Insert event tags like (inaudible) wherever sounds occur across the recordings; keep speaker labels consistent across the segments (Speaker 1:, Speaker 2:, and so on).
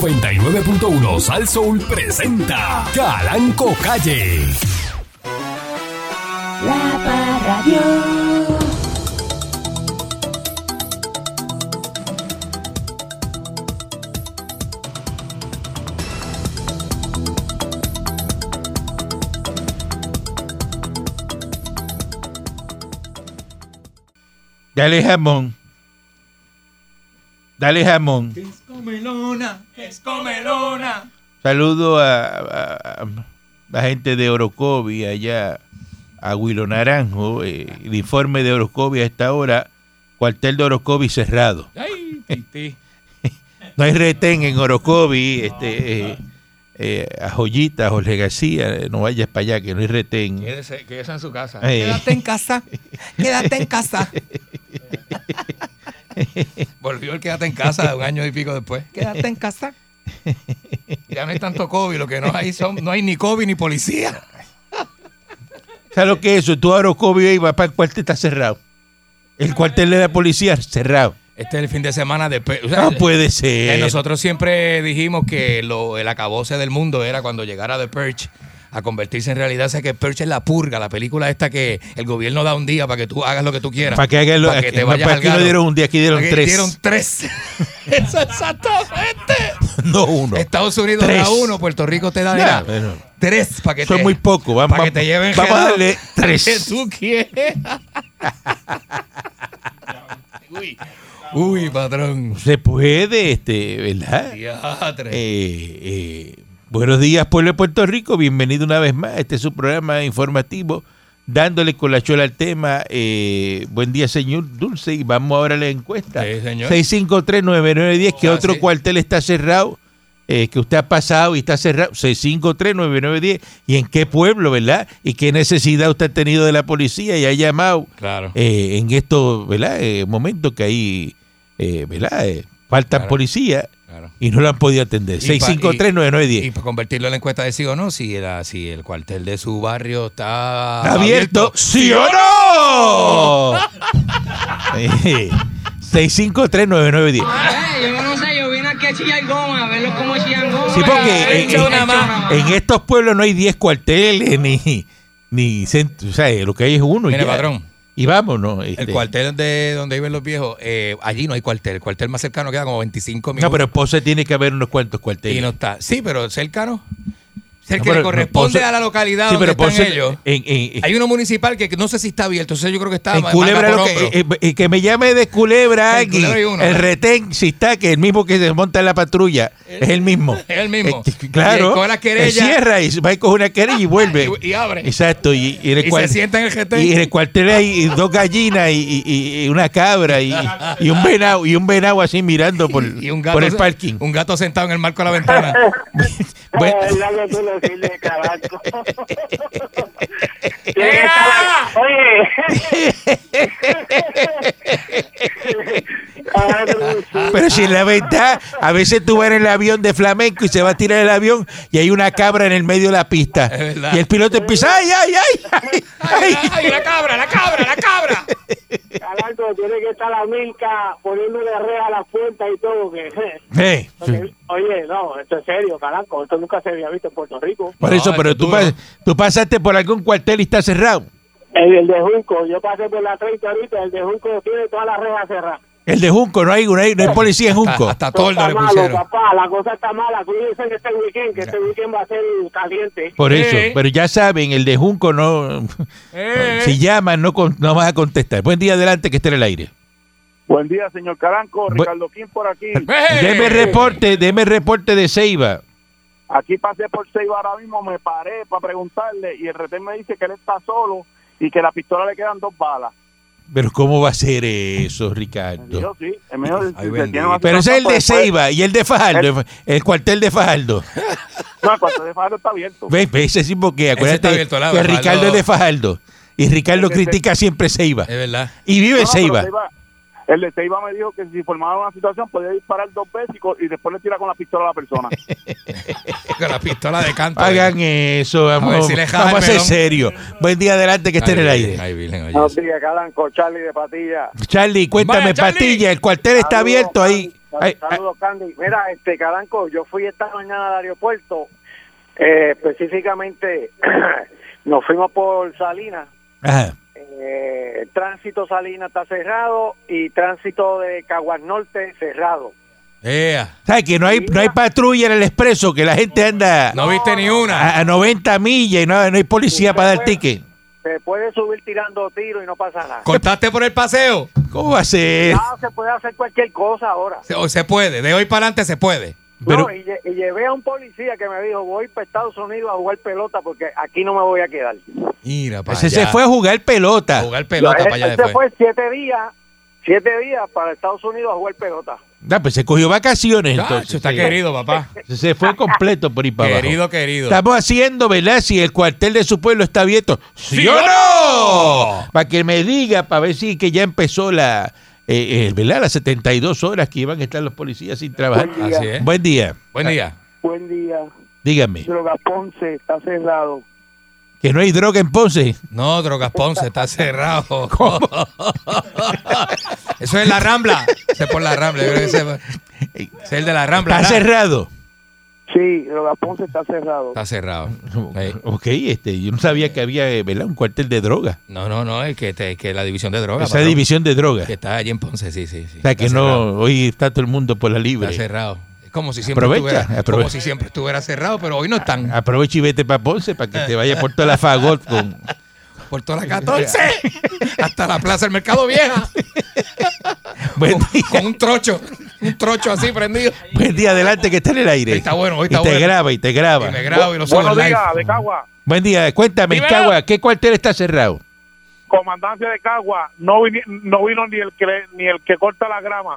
Speaker 1: 99.1 Sal Soul presenta Calanco Calle.
Speaker 2: La Parradio.
Speaker 3: Dale jamón. Dale jamón.
Speaker 4: Es comelona, es comelona.
Speaker 3: Saludo a, a- a la gente de Orocovi allá, a Huilo Naranjo. eh, el informe de Orocovi a esta hora, cuartel de Orocovi cerrado.
Speaker 4: Ay, tití.
Speaker 3: (laughs) No hay retén en Orocovi, este, eh, eh, a Joyita, a Jorge García, eh, no vayas para allá, que no hay retén.
Speaker 4: Quédese, quédese en su casa.
Speaker 3: Eh,
Speaker 5: Quédate en casa. Quédate en
Speaker 4: (laughs)
Speaker 5: casa.
Speaker 4: Volvió el quédate en casa un año y pico después.
Speaker 5: Quédate en casa.
Speaker 4: Ya no hay tanto COVID, lo que no hay son, no hay ni COVID ni policía.
Speaker 3: ¿Sabes lo que es eso? Tú a Orocovi y vas para el cuartel, está cerrado. El cuartel de la policía cerrado.
Speaker 4: Este es el fin de semana de pe- o sea,
Speaker 3: No puede
Speaker 4: eh,
Speaker 3: ser.
Speaker 4: nosotros siempre dijimos que lo, el acabose del mundo era cuando llegara The Purge a convertirse en realidad. O sea que Purge es la purga, la película esta que el gobierno da un día para que tú hagas lo que tú quieras.
Speaker 3: Para que hagas lo-
Speaker 4: para que
Speaker 3: aquí-
Speaker 4: te
Speaker 3: no,
Speaker 4: vayas
Speaker 3: para
Speaker 4: al
Speaker 3: aquí no
Speaker 4: garo.
Speaker 3: dieron un día, aquí dieron
Speaker 4: Aquí
Speaker 3: tres.
Speaker 4: Dieron
Speaker 3: (laughs)
Speaker 4: tres. Eso
Speaker 3: (laughs)
Speaker 4: exactamente.
Speaker 3: No uno.
Speaker 4: Estados Unidos
Speaker 3: Tres.
Speaker 4: da uno, Puerto Rico te da
Speaker 3: Ya,
Speaker 4: mira,
Speaker 3: bueno.
Speaker 4: tres para que
Speaker 3: Eso
Speaker 4: te,
Speaker 3: es muy poco. Vamos,
Speaker 4: para que te lleven
Speaker 3: vamos a
Speaker 4: gelado. (laughs)
Speaker 3: darle
Speaker 4: que
Speaker 3: tres.
Speaker 4: tú quieres. Uy, patrón.
Speaker 3: Se puede, este, ¿verdad?
Speaker 4: Diatre.
Speaker 3: Eh, eh, buenos días, pueblo de Puerto Rico. Bienvenido una vez más. Este es su programa informativo, dándole con la chola al tema. Eh, buen día, señor Dulce. Y vamos ahora a la encuesta.
Speaker 4: Sí, señor.
Speaker 3: 6539910, que
Speaker 4: Ah,
Speaker 3: otro
Speaker 4: sí.
Speaker 3: cuartel está cerrado. eh, que usted ha pasado y está cerrado, 6539910, y en qué pueblo, ¿verdad? Y qué necesidad usted ha tenido de la policía y ha llamado
Speaker 4: Claro.
Speaker 3: eh, en estos ¿verdad? Eh, momentos que hay eh, ¿verdad? Eh, faltan
Speaker 4: Claro.
Speaker 3: policías
Speaker 4: claro.
Speaker 3: y no lo han podido atender.
Speaker 4: Y pa-
Speaker 3: 653-9910.
Speaker 4: Y para convertirlo en la encuesta de sí o no, si el, si el cuartel de su barrio está
Speaker 3: ¿Está abierto? ¿Sí o
Speaker 4: (laughs)
Speaker 3: no? Eh, 653-9910.
Speaker 6: Ay, Ah, eh, yo no sé, yo vine aquí a chillar goma, a verlos cómo chillan goma.
Speaker 3: Sí,
Speaker 4: he
Speaker 3: porque en,
Speaker 4: hecho
Speaker 3: en-
Speaker 4: una más.
Speaker 3: en estos pueblos no hay 10 cuarteles ni, ni centro, o sea, lo que hay es uno. y
Speaker 4: Mire,
Speaker 3: ya.
Speaker 4: patrón.
Speaker 3: Y vámonos.
Speaker 4: El
Speaker 3: este.
Speaker 4: cuartel de donde viven los viejos, eh, allí no hay cuartel. El cuartel más cercano queda como 25 minutos.
Speaker 3: No, pero en Ponce tiene que haber unos cuantos cuarteles.
Speaker 4: Y no está. Sí, pero cercano. Es el
Speaker 3: No,
Speaker 4: que
Speaker 3: pero
Speaker 4: le corresponde
Speaker 3: Ponce-
Speaker 4: a la localidad
Speaker 3: Sí,
Speaker 4: donde
Speaker 3: pero
Speaker 4: están
Speaker 3: Ponce-
Speaker 4: ellos.
Speaker 3: en- en-
Speaker 4: Hay uno municipal que no sé si está abierto, entonces yo creo que está
Speaker 3: En
Speaker 4: ma-
Speaker 3: Culebra,
Speaker 4: manga
Speaker 3: lo
Speaker 4: por
Speaker 3: que,
Speaker 4: hombro.
Speaker 3: eh, eh, que me llame de Culebra,
Speaker 4: En Culebra
Speaker 3: Agui,
Speaker 4: hay uno. ¿eh?
Speaker 3: el retén, si está, que el mismo que se monta en la patrulla, es el mismo.
Speaker 4: (laughs) es el mismo.
Speaker 3: Eh, (laughs) claro.
Speaker 4: Y coge la querella.
Speaker 3: Eh, cierra y va y coge una querella
Speaker 4: (laughs)
Speaker 3: y vuelve.
Speaker 4: Y- y abre.
Speaker 3: Exacto. Y, y en el
Speaker 4: Y se
Speaker 3: cuar-
Speaker 4: sienta en el retén.
Speaker 3: Y en el cuartel hay dos gallinas y, y- y una cabra y, y un venado, y un venado así mirando por,
Speaker 4: (laughs) Y un gato,
Speaker 3: por el
Speaker 4: se-
Speaker 3: parking.
Speaker 4: Un gato sentado en el marco de la ventana.
Speaker 3: Bueno,
Speaker 7: Es verdad que tú lo sirves de caballo. Tiene que estar- Oye. Ahora tú lo sirves.
Speaker 3: pero si la verdad, a veces tú vas en el avión de flamenco y se va a tirar el avión y hay una cabra en el medio de la pista.
Speaker 4: Es verdad.
Speaker 3: Y el piloto empieza, ¡ay, ay, ay! ay, ay".
Speaker 4: ¡Ay, la cabra, la cabra, la cabra!
Speaker 7: Caballo, tiene que estar la milca poniéndole re a la puerta y todo. Que, (laughs)
Speaker 3: Eh,
Speaker 7: porque, oye, no, esto es serio, carajo. Esto nunca se había visto en Puerto Rico.
Speaker 3: Por
Speaker 4: No,
Speaker 3: eso, pero
Speaker 4: eso
Speaker 3: tú,
Speaker 4: tú
Speaker 3: pas-
Speaker 4: no.
Speaker 3: tú pasaste por algún cuartel y está cerrado.
Speaker 7: El, el de Junco, yo pasé por la 30 ahorita. El de Junco tiene todas las rejas cerradas.
Speaker 3: El de Junco, no hay, no hay, no hay policía en Junco.
Speaker 4: Hasta, hasta
Speaker 7: Todo
Speaker 4: torno
Speaker 7: está
Speaker 4: le
Speaker 7: malo,
Speaker 4: pusieron.
Speaker 7: papá. La cosa está mala. Cuídense que este weekend, que este weekend va a ser caliente.
Speaker 3: Por eso,
Speaker 4: Eh.
Speaker 3: pero ya saben, el de Junco no. Si llaman, no, con- no vas a contestar. Buen día, adelante, que esté en el aire.
Speaker 8: Buen día, señor Caranco.
Speaker 3: Bu-
Speaker 8: Ricardo Kim por
Speaker 3: (laughs)
Speaker 8: aquí.
Speaker 4: ¡Eh!
Speaker 3: Deme reporte, deme reporte de Ceiba.
Speaker 8: Aquí pasé por Seiba ahora mismo, me paré para preguntarle y el retén me dice que él está solo y que la pistola le quedan dos balas.
Speaker 3: Pero ¿cómo va a ser eso,
Speaker 8: Me dijo,
Speaker 3: Ricardo?
Speaker 8: sí, el mío
Speaker 4: Ay,
Speaker 8: dice, tiene
Speaker 4: bendito.
Speaker 8: una
Speaker 3: Pero ese es el de
Speaker 8: situación, pues,
Speaker 3: Ceiba y el de Fajardo, el, cuartel de
Speaker 4: (laughs)
Speaker 3: Fajardo.
Speaker 8: pues, No, el cuartel de Fajardo está abierto.
Speaker 3: ¿Ves? ves, Ese sí, porque acuérdate
Speaker 4: está abierto, la
Speaker 3: que
Speaker 4: Fajardo.
Speaker 3: Ricardo es de Fajardo. Y Ricardo
Speaker 8: Ese- ese-
Speaker 3: critica siempre Ceiba.
Speaker 4: Es verdad.
Speaker 3: Y
Speaker 8: No,
Speaker 3: vive en
Speaker 8: no, pero
Speaker 3: Ceiba.
Speaker 8: Seiba- El de Seiba me dijo que si formaba una situación podía disparar dos veces y co- y después le tira con la pistola a la
Speaker 7: (laughs)
Speaker 8: persona.
Speaker 4: Con la pistola de canto.
Speaker 3: Hagan eso, vamos,
Speaker 4: ver si le jaja
Speaker 3: vamos a
Speaker 4: el
Speaker 3: ser
Speaker 4: melón.
Speaker 3: serio. Buen día adelante que esté en el
Speaker 4: Ay,
Speaker 3: aire.
Speaker 4: Ay, Virgen, oye.
Speaker 7: Buenos días, Caranco. Charlie de Patilla.
Speaker 3: Charlie, cuéntame,
Speaker 4: Vaya, Charlie.
Speaker 3: Patilla, el cuartel está
Speaker 7: Saludos,
Speaker 3: abierto ahí.
Speaker 7: Juan.
Speaker 3: Ay,
Speaker 8: Saludos, Candy. Mira, este Caranco, yo fui esta mañana al aeropuerto, eh, específicamente (clears throat) nos fuimos por Salinas.
Speaker 3: Ajá.
Speaker 8: Eh, el tránsito Salinas está cerrado y tránsito de Caguas Norte cerrado.
Speaker 4: Ea,
Speaker 3: ¿Sabes que no hay, no hay patrulla en el expreso? Que la gente anda
Speaker 4: no viste ni una.
Speaker 3: a, a 90 millas y no, no hay policía para dar ticket.
Speaker 8: Se puede subir tirando tiros y no pasa
Speaker 3: ah.
Speaker 8: nada.
Speaker 4: ¿Cortaste por el paseo?
Speaker 3: ¿Cómo va a ser?
Speaker 8: Ah, se puede hacer cualquier cosa ahora.
Speaker 4: Se- o se puede, de hoy para adelante se puede.
Speaker 3: Pero,
Speaker 8: No, y, lle- y llevé a un policía que me dijo, voy para Estados Unidos a jugar pelota porque aquí no me voy a quedar.
Speaker 4: Mira, para
Speaker 3: ese se fue a jugar pelota.
Speaker 4: a jugar pelota
Speaker 8: Él-
Speaker 4: para allá
Speaker 8: él se
Speaker 4: después.
Speaker 8: fue siete días, siete días para Estados Unidos a jugar pelota.
Speaker 3: Ah, pues se cogió vacaciones
Speaker 4: Chacho,
Speaker 3: entonces.
Speaker 4: está querido, papá.
Speaker 3: Se fue completo por ahí para abajo.
Speaker 4: Querido, querido.
Speaker 3: Estamos haciendo, ¿verdad? Si el cuartel de su pueblo está abierto. ¿Sí,
Speaker 4: ¿Sí
Speaker 3: o
Speaker 4: o
Speaker 3: no? Para que me diga, para ver si que ya empezó la, eh, eh, ¿verdad? Las 72 horas que iban a estar los policías sin trabajar.
Speaker 8: Buen día.
Speaker 4: Así es.
Speaker 3: Buen día.
Speaker 4: Buen día.
Speaker 8: Buen día,
Speaker 3: Dígame.
Speaker 8: Droga Ponce está cerrado.
Speaker 3: Que no hay droga en Ponce.
Speaker 4: No, Drogas Ponce
Speaker 3: (laughs)
Speaker 4: está cerrado. Eso es la Rambla. Ese es por la Rambla. Yo creo que ese ese es el de la Rambla.
Speaker 3: Está
Speaker 4: ¿verdad?
Speaker 3: cerrado.
Speaker 8: Sí, Droga Ponce está cerrado.
Speaker 4: Está cerrado. Ahí.
Speaker 3: Ok, este, yo no sabía que había, eh, ¿verdad? Un cuartel de droga.
Speaker 4: No, no, no, es que, te- que la división de drogas.
Speaker 3: Esa
Speaker 4: patrón,
Speaker 3: división de droga.
Speaker 4: Que está allí en Ponce, sí, sí. sí.
Speaker 3: O sea, que
Speaker 4: Está
Speaker 3: no,
Speaker 4: cerrado,
Speaker 3: hoy está todo el mundo por la
Speaker 4: Está
Speaker 3: libre.
Speaker 4: cerrado. Es como si siempre
Speaker 3: Aprovecha,
Speaker 4: estuviera,
Speaker 3: aprovecha. Ah,
Speaker 4: como si siempre estuviera cerrado, pero hoy no están.
Speaker 3: Aprovecha y vete para Ponce para que te vaya por toda la fagot
Speaker 4: (laughs)
Speaker 3: con... ah.
Speaker 4: Por toda
Speaker 3: (laughs)
Speaker 4: la 14 hasta la plaza del Mercado Vieja
Speaker 3: Buen
Speaker 4: con,
Speaker 3: día.
Speaker 4: con un trocho, un trocho así prendido.
Speaker 3: (laughs) Buen día, adelante, que está en el aire.
Speaker 4: Hoy está bueno, hoy está
Speaker 3: y te
Speaker 4: bueno.
Speaker 3: graba, y te
Speaker 4: Y
Speaker 3: graba.
Speaker 4: me grabo y lo subo
Speaker 9: Buenos
Speaker 4: en live.
Speaker 9: días, de Cagua.
Speaker 3: Buen día, cuéntame, en
Speaker 9: Dímelo.
Speaker 3: Cagua, ¿qué cuartel está cerrado?
Speaker 9: Comandancia de Cagua, no, vi- no vino ni el que le- ni el que corta la grama.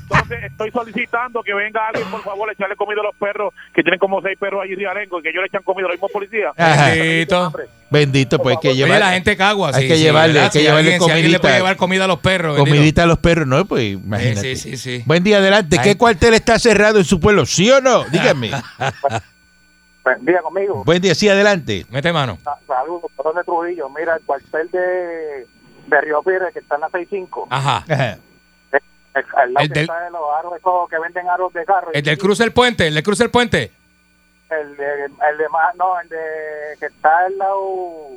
Speaker 9: Entonces estoy solicitando que venga alguien, por favor, a echarle comida a los perros, que tienen como seis perros allí de Arengo, y que ellos le echan comida a los mismos policías.
Speaker 3: Ajá.
Speaker 4: Bendito.
Speaker 3: Bendito, pues hay que
Speaker 4: Oye,
Speaker 3: llevar
Speaker 4: la gente cagua.
Speaker 3: Hay
Speaker 4: sí,
Speaker 3: que
Speaker 4: sí,
Speaker 3: llevarle,
Speaker 4: ¿verdad?
Speaker 3: hay que
Speaker 4: Si
Speaker 3: llevarle
Speaker 4: alguien- si alguien le puede
Speaker 3: comidita.
Speaker 4: llevar comida a los perros. bendito.
Speaker 3: comidita a los perros, ¿no? Pues imagínate.
Speaker 4: Eh, sí, sí, sí.
Speaker 3: Buen día, adelante, ¿qué
Speaker 4: Ay.
Speaker 3: cuartel está cerrado en su pueblo? ¿Sí o no?
Speaker 4: (laughs)
Speaker 3: Dígame.
Speaker 8: Buen día conmigo.
Speaker 3: Buen día, sí, adelante.
Speaker 4: Mete mano.
Speaker 8: Sa- Saludos, perdón de Trujillo. Mira, el cuartel de, de Río Pires, que está en la 65,
Speaker 4: Ajá.
Speaker 3: Ajá.
Speaker 8: el, al lado
Speaker 4: El
Speaker 8: que
Speaker 4: del-
Speaker 8: está de los aros esos que venden aros de carro.
Speaker 4: El del cruce del puente, el del cruce del puente.
Speaker 8: El de, el de más, no, el de que está al lado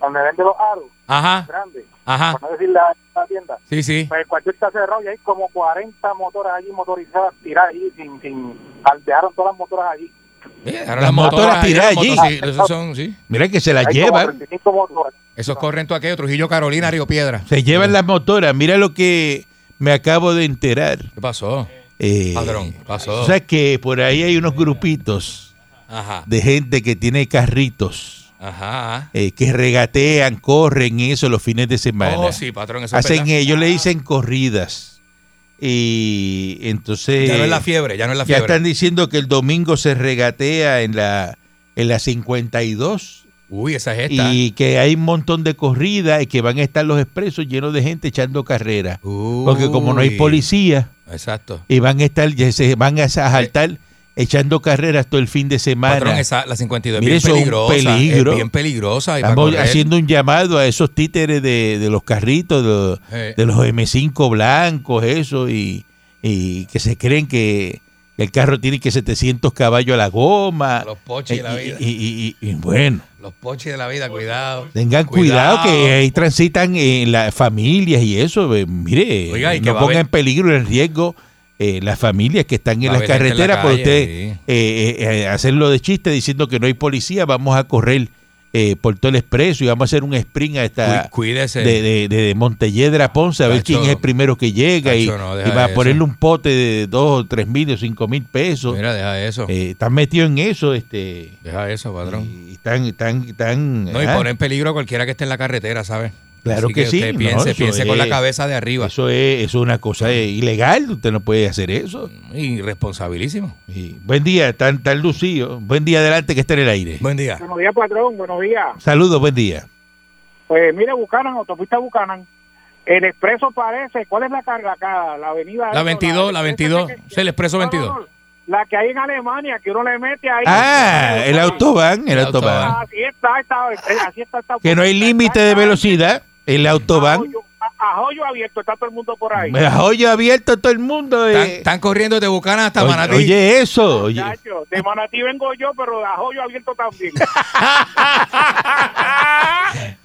Speaker 8: donde venden los aros
Speaker 4: Ajá,
Speaker 8: grandes,
Speaker 4: ajá.
Speaker 8: por no decir la, la tienda.
Speaker 4: Sí, sí.
Speaker 8: Pues el cuartel está cerrado y hay como 40 motoras allí motorizadas tiradas allí, sin, sin, aldearon todas las motoras allí.
Speaker 4: Mira, ahora
Speaker 3: Las motoras
Speaker 4: ahora
Speaker 3: tiradas
Speaker 4: las motos,
Speaker 8: allí.
Speaker 4: sí, esos son, sí.
Speaker 3: Mira que se las
Speaker 8: Hay como
Speaker 3: llevan,
Speaker 8: 35 motoras.
Speaker 4: Esos corren todo aquello, Trujillo, Carolina, Río Piedra.
Speaker 3: se llevan las motoras. Mira lo que me acabo de enterar.
Speaker 4: ¿Qué pasó?
Speaker 3: Eh,
Speaker 4: Padrón, pasó.
Speaker 3: O sea que por ahí hay unos grupitos
Speaker 4: Ajá,
Speaker 3: de gente que tiene carritos.
Speaker 4: ajá.
Speaker 3: eh, que regatean, corren y eso los fines de semana.
Speaker 4: Oh, sí, patrón, eso es
Speaker 3: Hacen,
Speaker 4: verdad. Ah.
Speaker 3: ellos le dicen corridas. Y entonces
Speaker 4: Ah, Ya no es la fiebre, ya no es la
Speaker 3: eh, ya
Speaker 4: fiebre.
Speaker 3: están diciendo que el domingo se regatea en la en la 52
Speaker 4: Uy, esa es esta.
Speaker 3: y que hay un montón de corridas y que van a estar los expresos llenos de gente echando carrera. Porque como no hay
Speaker 4: Uy.
Speaker 3: policía
Speaker 4: Exacto.
Speaker 3: y van a estar ya se van a saltar echando carreras todo el fin de semana.
Speaker 4: Eh. Patrón, esa, la 52 es
Speaker 3: Mira,
Speaker 4: bien
Speaker 3: eso es un
Speaker 4: peligrosa.
Speaker 3: peligro.
Speaker 4: Es bien peligrosa. y para
Speaker 3: Estamos
Speaker 4: correr.
Speaker 3: haciendo un llamado a esos títeres de, de los carritos, de, los-
Speaker 4: Eh.
Speaker 3: de los M5 blancos, eso, y, y que se creen que el carro tiene que 700 caballos a la goma.
Speaker 4: Los poches de la
Speaker 3: Eh,
Speaker 4: vida.
Speaker 3: y, y- y- y bueno,
Speaker 4: Los poches de la vida, cuidado.
Speaker 3: tengan cuidado,
Speaker 4: Cuidado.
Speaker 3: que ahí transitan eh, las familias y eso. eh, mire,
Speaker 4: Oiga, y que
Speaker 3: no
Speaker 4: va a
Speaker 3: pongan
Speaker 4: haber-
Speaker 3: en peligro, en riesgo eh, las familias que están
Speaker 4: Va
Speaker 3: en
Speaker 4: a
Speaker 3: las
Speaker 4: haber gente en la
Speaker 3: carreteras por
Speaker 4: calle,
Speaker 3: usted
Speaker 4: sí.
Speaker 3: eh, eh, eh, hacerlo de chiste diciendo que no hay policía, vamos a correr eh, por todo el expreso y vamos a hacer un sprint
Speaker 4: Cuí-
Speaker 3: hasta
Speaker 4: Cuídese.
Speaker 3: de, de, de Montelledra a Ponce a ver
Speaker 4: Tacho,
Speaker 3: quién es el primero que llega y,
Speaker 4: tacho, no, deja
Speaker 3: y va a
Speaker 4: eso.
Speaker 3: ponerle un pote de dos o tres mil o cinco mil pesos.
Speaker 4: Mira, deja eso.
Speaker 3: Eh, están metidos en eso, este
Speaker 4: Deja eso, patrón.
Speaker 3: y están, están, están
Speaker 4: No, y
Speaker 3: ah,
Speaker 4: poner en peligro a cualquiera que esté en la carretera, ¿sabes?
Speaker 3: Claro que sí,
Speaker 4: Usted
Speaker 3: no,
Speaker 4: piense,
Speaker 3: eso
Speaker 4: piense con
Speaker 3: es-
Speaker 4: la cabeza de arriba.
Speaker 3: eso es, eso es una cosa eh, ilegal, usted no puede hacer eso.
Speaker 4: Mm. Irresponsabilísimo.
Speaker 3: Y buen día, tan, tan lucido. Buen día adelante que esté en el aire.
Speaker 4: Buen día.
Speaker 8: Buenos días, patrón, buenos días.
Speaker 3: Saludos, buen día.
Speaker 8: Pues mire, Bucanan, autopista Bucanan. El expreso parece, ¿cuál es la carga acá? La avenida.
Speaker 4: La 22, la 22. Es el expreso
Speaker 8: No, no,
Speaker 4: 22.
Speaker 8: no, la que hay en Alemania, que uno le mete ahí.
Speaker 3: Ah, el autobahn, el
Speaker 4: El
Speaker 3: autobahn.
Speaker 4: autobahn.
Speaker 7: eh,
Speaker 8: Así está, está, así está, está-
Speaker 3: que no hay límite de velocidad el autobahn
Speaker 8: Yo-
Speaker 7: a, a hoyo abierto está todo el mundo por ahí.
Speaker 3: Me la joya abierta a todo el mundo.
Speaker 4: Están,
Speaker 3: eh.
Speaker 4: están corriendo de Bucana hasta
Speaker 3: Oye-
Speaker 4: Manatí.
Speaker 3: oye, eso. Oye.
Speaker 7: Chacho, de Manatí vengo yo, pero a hoyo abierto también.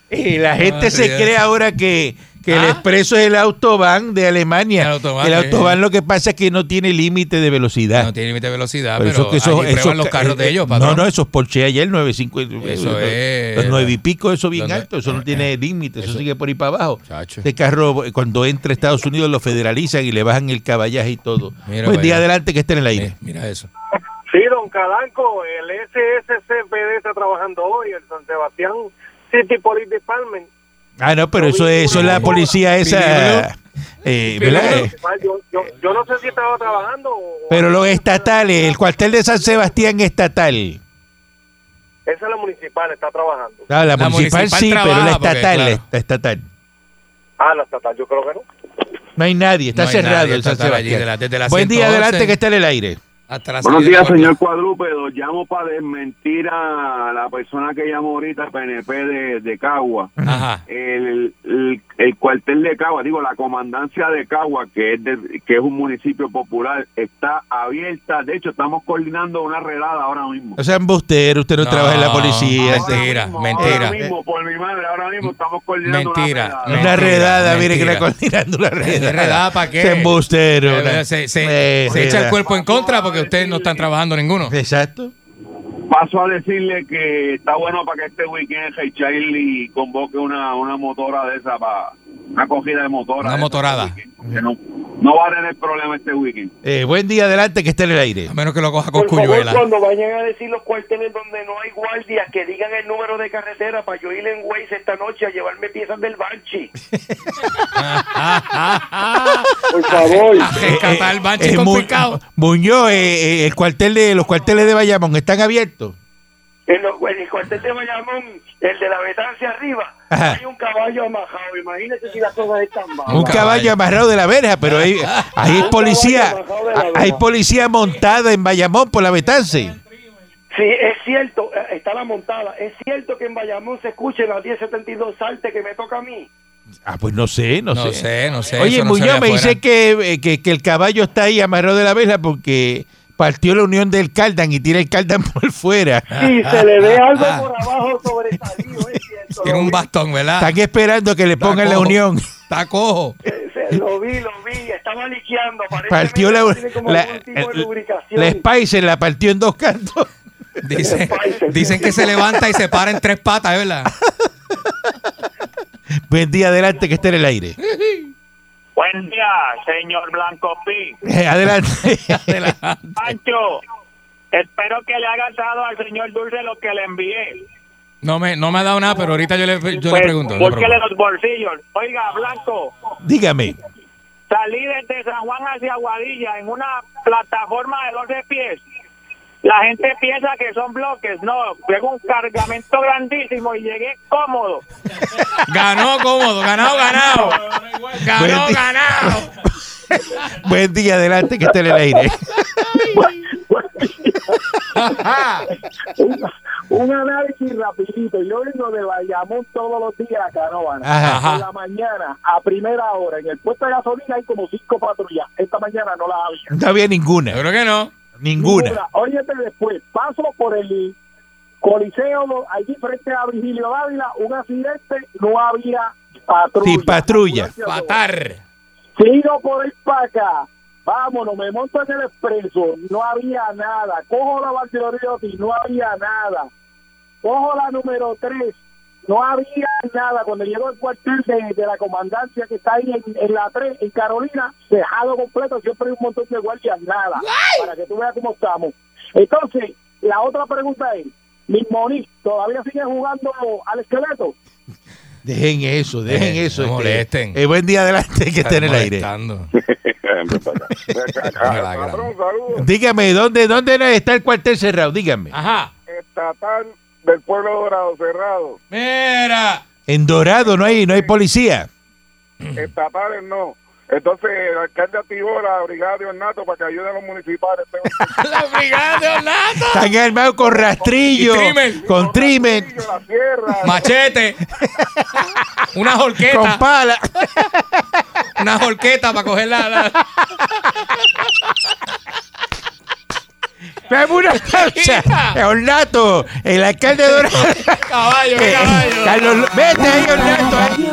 Speaker 3: Y la gente
Speaker 4: Madre
Speaker 3: se
Speaker 4: mía.
Speaker 3: cree ahora que, que el
Speaker 4: ¿Ah?
Speaker 3: expreso es el autobahn de Alemania.
Speaker 4: El
Speaker 3: El
Speaker 4: Autobahn,
Speaker 3: autobahn,
Speaker 4: sí.
Speaker 3: lo que pasa es que no tiene límite de velocidad.
Speaker 4: No tiene límite de velocidad,
Speaker 3: Por
Speaker 4: Ah, pero,
Speaker 3: eso que esos-
Speaker 4: allí prueban
Speaker 3: esos
Speaker 4: los
Speaker 3: ca-
Speaker 4: carros
Speaker 3: eh,
Speaker 4: de ellos,
Speaker 3: No,
Speaker 4: patrón.
Speaker 3: no, esos Porsche ayer, 950.
Speaker 4: Eso
Speaker 3: los-
Speaker 4: es.
Speaker 3: eh, Los 9 y pico, eso bien
Speaker 4: Los nueve-
Speaker 3: alto, eso no tiene límite, eso,
Speaker 4: eso-
Speaker 3: sigue por ahí para abajo.
Speaker 4: Chacho.
Speaker 3: Este carro, eh, cuando entra a Estados Unidos, lo federalizan y le bajan el caballaje y todo.
Speaker 4: Mira
Speaker 3: Buen
Speaker 4: para
Speaker 3: día
Speaker 4: allá.
Speaker 3: adelante que esté en el aire.
Speaker 4: Eh, mira eso.
Speaker 8: (laughs) Sí, don Calanco, el SSCPD está trabajando hoy, el San Sebastián City Police Department.
Speaker 3: Ah, no, pero eso es, eso es la policía esa. eh, ¿verdad? Eh,
Speaker 8: pues, Yo, yo, yo no sé si estaba trabajando. o-
Speaker 3: Pero los estatales, el cuartel de San Sebastián estatal.
Speaker 8: Esa es la municipal, está trabajando.
Speaker 3: No, Ah, la,
Speaker 4: La
Speaker 3: municipal,
Speaker 4: municipal
Speaker 3: sí, pero la
Speaker 4: trabaja, porque,
Speaker 3: estatal,
Speaker 4: claro.
Speaker 3: la estatal.
Speaker 8: Ah, la estatal, yo creo que no.
Speaker 3: No hay nadie, está
Speaker 4: No hay
Speaker 3: cerrado
Speaker 4: nadie
Speaker 3: el San
Speaker 4: estatal allí,
Speaker 3: Sebastián.
Speaker 4: de la- desde la
Speaker 3: Buen día,
Speaker 4: 111.
Speaker 3: adelante que está en el aire.
Speaker 4: Hasta la
Speaker 10: Buenos
Speaker 4: salida
Speaker 10: días,
Speaker 4: de
Speaker 10: señor cuadrúpedo. Llamo para desmentir a la persona que llamó ahorita, PNP de, de Cagua.
Speaker 4: Puerto- Ajá.
Speaker 10: El, el, el cuartel de Cagua, digo, la comandancia de Cagua, que es, de- que es un municipio popular, está abierta. De hecho, estamos coordinando una redada ahora mismo.
Speaker 3: O sea, embustero, usted no, trabaja en la policía. este,
Speaker 10: Ahora
Speaker 4: mentira,
Speaker 10: mismo,
Speaker 4: mentira.
Speaker 10: Ahora mismo, por mi madre, ahora mismo estamos coordinando
Speaker 4: Mentira,
Speaker 10: una redada.
Speaker 4: mentira.
Speaker 3: una redada, mire que
Speaker 4: mentira.
Speaker 3: la coordinando una redada.
Speaker 4: redada, ¿pa' qué?
Speaker 3: Se embustero. una-
Speaker 4: Eh, Se, se-
Speaker 3: Eh,
Speaker 4: se echa el
Speaker 3: redada.
Speaker 4: cuerpo en contra porque ustedes no están trabajando ninguno.
Speaker 3: Exacto.
Speaker 10: Paso a decirle que está bueno para que este weekend Hey Charlie convoque una, una motora de esa para una cogida de motora.
Speaker 4: Una
Speaker 10: de esa
Speaker 4: motorada.
Speaker 10: este weekend, que No, no va a tener problema este weekend.
Speaker 3: Eh, buen día, adelante que está en el aire.
Speaker 4: A menos que lo coja con
Speaker 8: Por favor,
Speaker 4: Cuyuela.
Speaker 8: cuando vayan a decir los cuarteles donde no hay guardias, que digan el número de carretera para yo ir en Waze esta noche a llevarme piezas del Banshee.
Speaker 4: (laughs)
Speaker 8: Por (laughs) favor.
Speaker 4: A rescatar el banche
Speaker 3: Eh, Mu-
Speaker 4: complicado.
Speaker 3: Muñoz, eh, eh, el cuartel de, los cuarteles de Bayamón están abiertos.
Speaker 8: En, los- en el cuartel de Bayamón, el de la Betancia arriba,
Speaker 3: Ajá.
Speaker 8: hay un caballo amajado. Imagínese si las cosas están
Speaker 3: Un,
Speaker 8: mal.
Speaker 4: Un
Speaker 3: caballo.
Speaker 4: caballo.
Speaker 3: amarrado de la verja, pero ahí, ahí hay
Speaker 8: Un
Speaker 3: policía,
Speaker 8: caballo amarrado de la verja.
Speaker 3: hay policía montada en Bayamón por la Betance.
Speaker 8: Sí, es cierto, eh, está la montada. Es cierto que en Bayamón se escucha en las 1072 salte que me toca a mí.
Speaker 3: Ah, pues no sé, (laughs) no,
Speaker 4: No
Speaker 3: sé.
Speaker 4: sé, no sé.
Speaker 3: Oye,
Speaker 4: eso no se ve
Speaker 3: Muñoz me
Speaker 4: afuera.
Speaker 3: dice que, eh, que, que el caballo está ahí amarrado de la verja porque partió la unión del Cardan y tira el Cardan (laughs) por fuera.
Speaker 8: Sí, se le
Speaker 3: ah,
Speaker 8: ve algo por abajo sobresalido, es cierto.
Speaker 4: Tiene
Speaker 8: lo
Speaker 4: un
Speaker 8: vi.
Speaker 4: bastón, ¿verdad?
Speaker 3: Están esperando que le
Speaker 4: Está
Speaker 3: pongan la
Speaker 4: cojo.
Speaker 3: unión.
Speaker 4: Está cojo.
Speaker 8: Se- Lo vi, lo vi, estaba liqueando.
Speaker 3: Partió la,
Speaker 8: aparentemente tiene como
Speaker 3: la,
Speaker 8: algún tipo de lubricación.
Speaker 3: la Spicer, la partió en dos cantos. (laughs)
Speaker 4: Dicen,
Speaker 8: Spicer.
Speaker 4: dicen que se levanta y se para en tres patas, ¿eh, ¿verdad?
Speaker 3: Buen día, adelante que esté en el aire. (laughs)
Speaker 7: Buen día, señor Blanco Pi.
Speaker 3: Eh,
Speaker 8: (laughs)
Speaker 3: adelante.
Speaker 7: Pancho, espero que le haya dado al señor Dulce lo que le envié.
Speaker 4: No me, no me ha dado nada, pero ahorita yo le, yo
Speaker 8: Pues,
Speaker 4: le pregunto. le
Speaker 7: búsquele
Speaker 4: pregunto.
Speaker 7: los bolsillos. Oiga, Blanco,
Speaker 3: Dígame.
Speaker 7: salí desde San Juan hacia Aguadilla en una plataforma de 12 pies. La gente piensa que son bloques, no, fue un cargamento grandísimo y llegué cómodo.
Speaker 4: Ganó cómodo, ganado, ganado. Ganó,
Speaker 3: Buen día.
Speaker 4: ganado.
Speaker 3: (laughs) Buen día, adelante que esté en el aire.
Speaker 7: Un análisis rapidito. Yo vengo de Bayamón todos los días a Canovana.
Speaker 3: Ajá.
Speaker 7: Por la mañana, a primera hora, en el puesto de gasolina hay como cinco patrullas. Esta mañana no las había.
Speaker 3: No había
Speaker 4: Yo
Speaker 3: ninguna.
Speaker 4: creo que no.
Speaker 3: Ninguna.
Speaker 7: Ninguna. Óyete después, paso por el Coliseo, do- allí frente a Virgilio Dávila, un accidente, no había patrulla.
Speaker 3: Sin patrulla.
Speaker 4: Patar.
Speaker 7: Sigo por el Paca. Vámonos, me monto en el expreso. No había nada. Cojo la Valdeoriotti, no había nada. Cojo la número 3. No había nada. Cuando llego al cuartel de, de la comandancia que está ahí en, en la 3, en Carolina, dejado completo, siempre hay un montón de guardias, nada. Para que tú veas cómo estamos. Entonces, la otra pregunta es, ¿mi Moniz todavía sigue jugando al esqueleto?
Speaker 3: Dejen eso, dejen
Speaker 4: Eh,
Speaker 3: eso.
Speaker 4: no molesten.
Speaker 3: Eh, buen día, adelante que esté en el aire.
Speaker 4: Molestando. la gran.
Speaker 8: Ah, Patrón, saludos.
Speaker 3: Dígame, ¿dónde, ¿dónde está el cuartel cerrado? Dígame.
Speaker 4: Ajá.
Speaker 8: Estatal del Pueblo Dorado cerrado.
Speaker 4: Mira.
Speaker 3: En Dorado no hay, no hay policía.
Speaker 8: Estatales no.
Speaker 9: Entonces, el alcalde activó la brigada de ornato para que ayude a los municipales.
Speaker 4: La brigada de Orlando.
Speaker 3: Están armados con rastrillo,
Speaker 4: Y trimmer.
Speaker 3: con trimmer,
Speaker 9: La sierra,
Speaker 4: Machete. Una
Speaker 3: con
Speaker 4: jorqueta. (laughs)
Speaker 3: pala.
Speaker 4: Una jorqueta para coger la. la-
Speaker 3: Dame una pausa. Ornato, el alcalde de Ornato.
Speaker 4: Caballo,
Speaker 3: Eh,
Speaker 4: caballo.
Speaker 3: Carlos, Lo- vete ahí, Ornato. ahí.